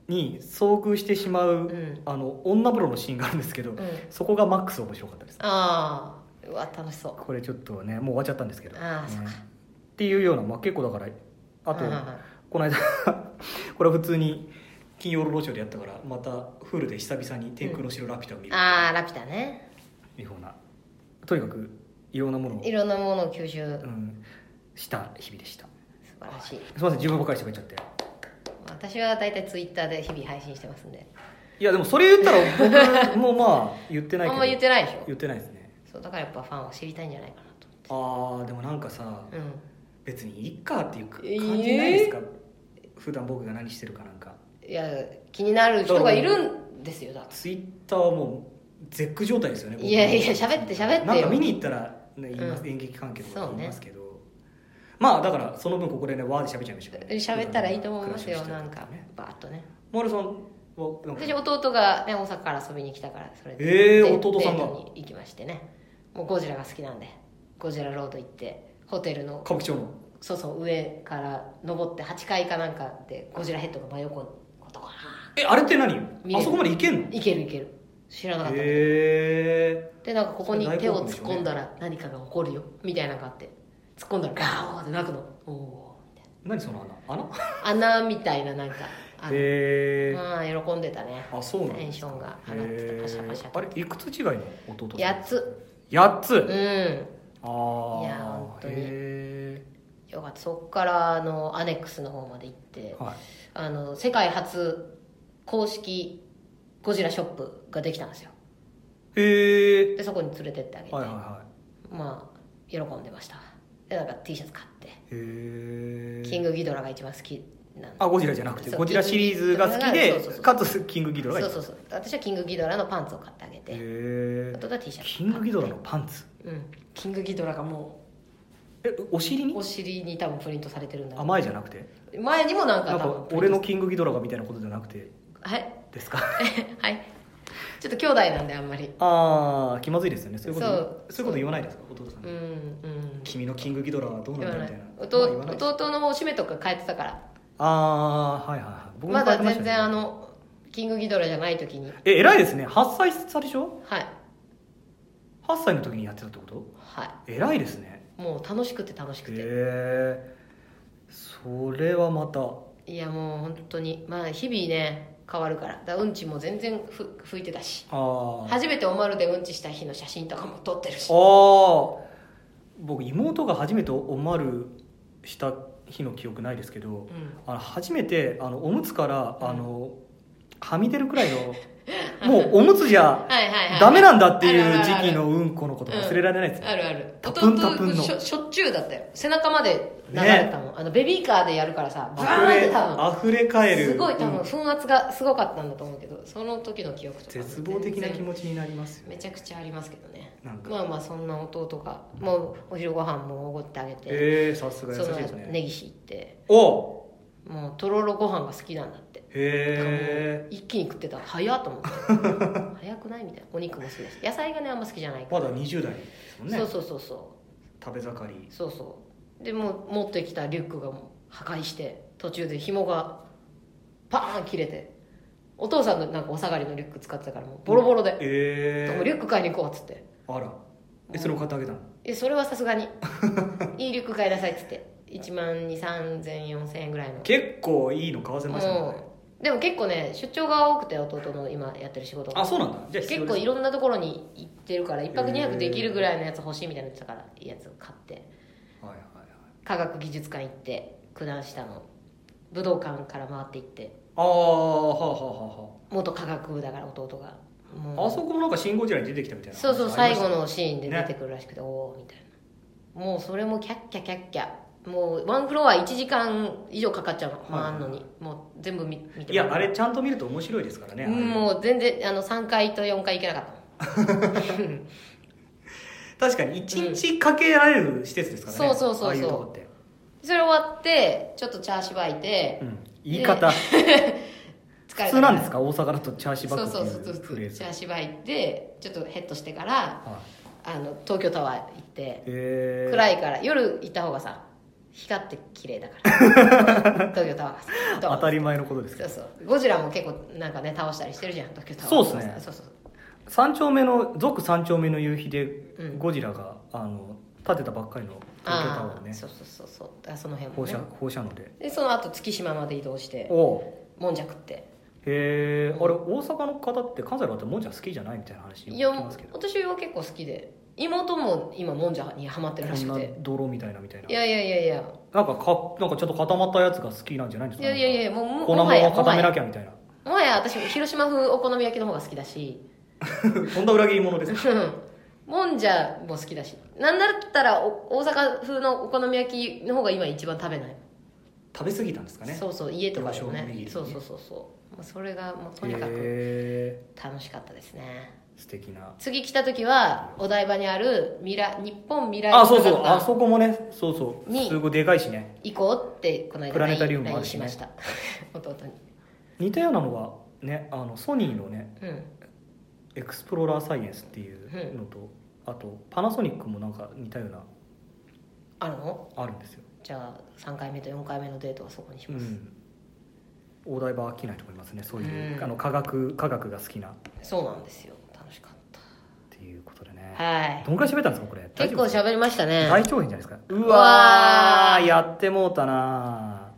S3: に遭遇してしまう、
S2: ん
S3: あの女風呂のシーンがあるんですけど、
S2: うん
S3: そこがマックス面白かったです
S2: ああうわ楽しそう
S3: これちょっとねもう終わっちゃったんですけど
S2: あー
S3: ね
S2: そっか
S3: っっていうような、まあ、結構だからあと、
S2: はいはいはい
S3: この間 [LAUGHS] これは普通に金曜ロードショーでやったからまたフルで久々に「天空の城ラピュタ」を見る
S2: ああラピュタね
S3: ようなとにかくいろんなものを
S2: い、ろんなものを吸収
S3: うん、した日々でした
S2: 素晴らしい
S3: すみません自分ばっかり喋っちゃって
S2: 私は大体ツイッターで日々配信してますんで
S3: いやでもそれ言ったら僕もまあ言ってないけ
S2: あ
S3: ど
S2: んま言ってないでしょ
S3: 言ってないですね
S2: そうだからやっぱファンは知りたいんじゃないかなと
S3: ああでもなんかさ
S2: うん
S3: 別にいいかっていう感
S2: え
S3: じ
S2: ー
S3: ないですか、普段僕が何してるかなんか
S2: いや気になる人がいるんですよだって
S3: ツイッターはもう絶句状態ですよね僕
S2: いやいや喋って喋ってよ
S3: なんか見に行ったら、ね言います
S2: うん
S3: 演劇関係と
S2: そう
S3: か
S2: ね
S3: 言いますけど、まあだからその分ここでねわーで喋っちゃいましょう
S2: 喋ったらいいと思いますよ
S3: 暮ら
S2: な
S3: し
S2: ん
S3: をしてた
S2: か
S3: ね
S2: バーッとね
S3: 丸さんはなんか
S2: 私弟がね大阪から遊びに来たからそれ
S3: えー
S2: デ
S3: 弟さんが
S2: デートに行きましてねもうゴジラが好きなんでゴジラロード行ってホテルの
S3: 歌舞伎町の
S2: そうそう上から登って8階かなんかでゴジラヘッドが真横にこうドカー
S3: えあれって何
S2: 見れる
S3: あそこまで行けんの
S2: ンいけるいける知らなかった、
S3: へ
S2: でなんかここに
S3: それ大
S2: 手
S3: 興
S2: を
S3: 奮でし
S2: 突っ
S3: ょうね
S2: 込んだら何かが起こるよみたいなのがあって突っ込んだらガーッて泣くのおおーみたいな
S3: ー、何その穴穴
S2: 穴みたいななんかあの
S3: へー、
S2: うん喜んでたね
S3: あそうなん
S2: テン
S3: です
S2: ションが上がってたパシャパシャ
S3: へー
S2: と
S3: あれいくつ違いの弟さん
S2: 8つ
S3: 8つ、
S2: う
S3: あ
S2: ん
S3: あ
S2: いや本当に
S3: へ
S2: よかったそっからあのアネックスの方まで行って
S3: ーはい
S2: あの世界初公式ゴジラショップができたんですよ
S3: へえ
S2: でそこに連れてってあげて、
S3: はいはいは
S2: まあ喜んでましたでなんか T シャツ買って
S3: いへえ
S2: キングギドラが一番好きなんで
S3: あゴジラじゃなくて
S2: そう
S3: ゴジラシリーズが好き
S2: そうそう
S3: で
S2: そう
S3: かつキングギドラがいい
S2: そうそうそう私はキングギドラのパンツを買ってあげて
S3: へ
S2: 弟
S3: え
S2: は T シャツ
S3: キングギドラのパンツ
S2: うんキングギドラがも
S3: えお尻
S2: う
S3: に
S2: お尻に多分プリントされてるんだろう
S3: 甘いじゃなくて
S2: 前にもなんか
S3: なん
S2: 多
S3: か
S2: 分プリ
S3: 俺
S2: ント
S3: のキングギドラがみたいなことじゃなくて
S2: はい
S3: で
S2: [LAUGHS]
S3: すか
S2: はいちょっと兄弟なんであんまり
S3: ああ気まずいですよねそういうこと
S2: そう
S3: そういうこと言わないですか弟さん
S2: うんうん
S3: 君のキングギドラはどうな
S2: 言
S3: ん
S2: わ
S3: だ
S2: な
S3: み
S2: い
S3: たいなまあ
S2: 弟
S3: 言わないです
S2: 弟のおしめとか変えてたから
S3: ああはいはいはい僕も
S2: ま
S3: 書い
S2: だ
S3: てした
S2: 全
S3: ね
S2: 然あのキングギドラじゃない時に
S3: え偉いですね8歳差でしょ
S2: はい
S3: 8歳の時にやってたってこと
S2: は
S3: 偉いですね
S2: いもう楽しくて楽しくて、
S3: へえそれはまた
S2: いやもう本当にまあ日々ね変わるからだからうんちも全然ふ拭いてたし
S3: ああ
S2: 初めておまるでうんちした日の写真とかも撮ってるし
S3: あー僕妹が初めておまるした日の記憶ないですけど
S2: うん
S3: あの初めてあのおむつからあのはみ出るくらい
S2: [LAUGHS]
S3: のもうおむつじ
S2: は
S3: ゃ
S2: いはいはい
S3: ダメなんだっていう
S2: あるあるある
S3: 時期のうんこのこと忘れられないです
S2: あ
S3: ね
S2: るある
S3: タプンタプンの
S2: 弟しょしょっちゅうだったよ背中まで流れたもん、あのベビーカーでやるからさバーンって多分
S3: あふれかえる
S2: すごい多
S3: う
S2: 分
S3: ん
S2: 風圧がすごかったんだと思うけどその時の記憶とか
S3: 絶望的な
S2: 全
S3: 気
S2: 然
S3: 持ちになりますよ
S2: めちゃくちゃありますけどね
S3: なんか
S2: まあまあそんな弟がもうお昼ご飯もおごってあげて、
S3: ええさすが優しいです
S2: その
S3: ね
S2: 根岸行って
S3: お
S2: もうとろろご飯が好きなんだって
S3: へえ
S2: 一気に食ってた早っと思って早くないみたいなお肉も好きだし野菜がねあんま好きじゃないか
S3: まだ20代ですもん
S2: ら、
S3: ね
S2: そうそうそうそう
S3: 食べ盛り
S2: そうそうでもう持ってきたリュックがもう破壊して途中で紐がパーン切れてお父さんのなんかお下がりのリュック使ってたからもうボロボロで、
S3: え
S2: リュック買いに行こうっつって
S3: あらえそれを買ってあげたの
S2: えそれはさすがにいいリュック買いなさいっつって1万2 3 0 0 0 4000円ぐらいの
S3: 結構いいの買わせましたもんね
S2: うんでも結構ね出張が多くて弟の今やってる仕事が
S3: あそうなんだじゃあ必
S2: 結
S3: 要です
S2: 構いろんなところに行ってるから1泊
S3: へー
S2: 2泊できるぐらいのやつ欲しいみたいなの言ってたからいいやつを買って
S3: はいはいはい
S2: 科学技術館行って九段下の武道館から回って行って
S3: ああはあはあはあは
S2: 元科学部だから弟が
S3: あ
S2: も
S3: あ
S2: う
S3: そこもなんか新ゴジラに出てきたみたいな
S2: そうそう
S3: あり
S2: 最
S3: ました
S2: 後
S3: ね
S2: のシーンで出てくるらしくて、おおみたいなもうそれもキャッキャキャッキャもうワンフロア1時間以上かかっちゃうの
S3: い
S2: 回るのにもう全部見見て
S3: いやあれちゃんと見ると面白いですからね
S2: うんもう全然あの3回と4回行けなかったもんうん
S3: 確かに1日かけられる施設ですからね
S2: うんそうそうそうそう
S3: ああいうとこって
S2: それ終わってちょっとチャーシューバーいて
S3: うん言い方
S2: 疲れたから
S3: 普通なんですか大阪だとチャーシューバ
S2: そ
S3: ッ
S2: う
S3: グ
S2: そう
S3: っ
S2: そうそ
S3: ていう
S2: そ
S3: うフ
S2: う
S3: レーズ
S2: チャーシューバー行ってちょっとヘッドしてから
S3: はい
S2: あの東京タワー行って
S3: へえ
S2: 暗いから夜行った方がさ光って綺麗だから
S3: [LAUGHS]
S2: 東京タワーがさド
S3: 当
S2: ン
S3: たり前のことですけ
S2: そ
S3: ど
S2: うそうゴジラも結構なんかね倒したりしてるじゃん東京タワー
S3: そうっすね
S2: そうそう
S3: 三丁目の属三丁目の夕日で
S2: うん
S3: ゴジラが、あの建てたばっかりの東京タ
S2: あ
S3: ワーを
S2: あ、
S3: ね
S2: そうそうそうそうあその辺も、
S3: 放
S2: ね
S3: 射、放射能で
S2: でその後月島まで移動して
S3: おう
S2: もんじゃ食って
S3: へえあれ大阪の方って関西の方ってもんじゃ好きじゃないみたいな話
S2: いや
S3: よく聞きますけど
S2: 私は結構好きで妹も今もんじゃにハマってるらし
S3: こ
S2: く
S3: んな
S2: て
S3: 泥みたいなみたいない
S2: やいやいやいや
S3: なんかかなんかちょっと固まったやつが好きなんじゃないんです
S2: い
S3: か
S2: やいやい
S3: や
S2: やもうもう
S3: 粉も
S2: もはや
S3: んを
S2: もは
S3: 固めな
S2: や
S3: きゃみたいな
S2: もはや私広島風お好み焼きの方が好きだし
S3: とんだ裏切り者
S2: [LAUGHS]
S3: です
S2: もんじゃも好きだしなんだったらお大阪風のお好み焼きの方が今一番食べない、
S3: 食べ過ぎたんですかね
S2: そうそう家とかでも
S3: 洋食おにぎり
S2: ね
S3: ね
S2: そうそうそうそうもうそれがもうとにかく
S3: へ
S2: 楽しかったですね
S3: え素敵な
S2: 次来た時はお台場にある未来日本未来
S3: あそうそう
S2: 科学館
S3: あそこもねそうそう
S2: に
S3: すごいでかいしね
S2: 行こうってこの間
S3: プラネタリウム
S2: LINE
S3: もある
S2: し
S3: し
S2: ま
S3: ね
S2: した [LAUGHS] 弟に
S3: 似たようなのがねあのソニーのね
S2: うん
S3: エクスプローラーサイエンスっていうのと、あとパナソニックもなんか似たような
S2: あるの
S3: あるんですよ、
S2: じゃあ3回目と4回目のデートはそこにし
S3: う
S2: ます、
S3: ん、お台場は飽きないと思いますねそういう、
S2: うん
S3: あの科学科学が好きなっ
S2: そうなんですよ楽しかって
S3: いうことでね
S2: たはい
S3: どんくらい喋ったんですかこれ
S2: 結構
S3: 大丈夫ですか
S2: 喋りましたね
S3: 大長編じゃないですかう
S2: わ
S3: わ
S2: ー
S3: ーやってもうたな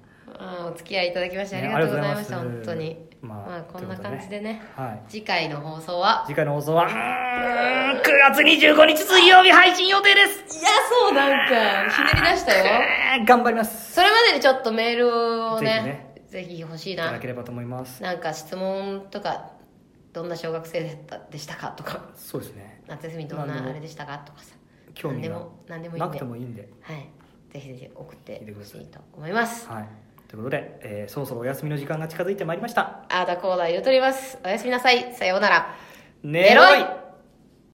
S2: うんお付き合いいただきましてありがとうございました、本当に
S3: まあ
S2: まあこんな
S3: ということ
S2: 感じでね
S3: はい
S2: 次回の放送は
S3: 次回の放送はうーん9月25日水曜日配信予定です
S2: いやそうなんかひねり出したよ
S3: えー頑張ります
S2: それまでにちょっとメールをねぜひ欲しい
S3: いた
S2: な
S3: だければと思います
S2: なんか質問とかどんな小学生だったでしたかとか
S3: そうですね
S2: 夏休みどん
S3: なんで
S2: な
S3: も
S2: あれでしたかとかさ
S3: 興味が
S2: 何でも何でもいい
S3: なんく
S2: で
S3: てもいいんで
S2: はいぜひぜひ送って
S3: 聞いてく
S2: ほ
S3: ださ
S2: し
S3: い
S2: いと思います
S3: はいということで、えーそろそろお休みの時間が近づいてまいりました
S2: あーだこーだ言うとりますおやすみなさいさようなら
S3: ね
S2: ろ
S3: ろ
S2: い
S3: い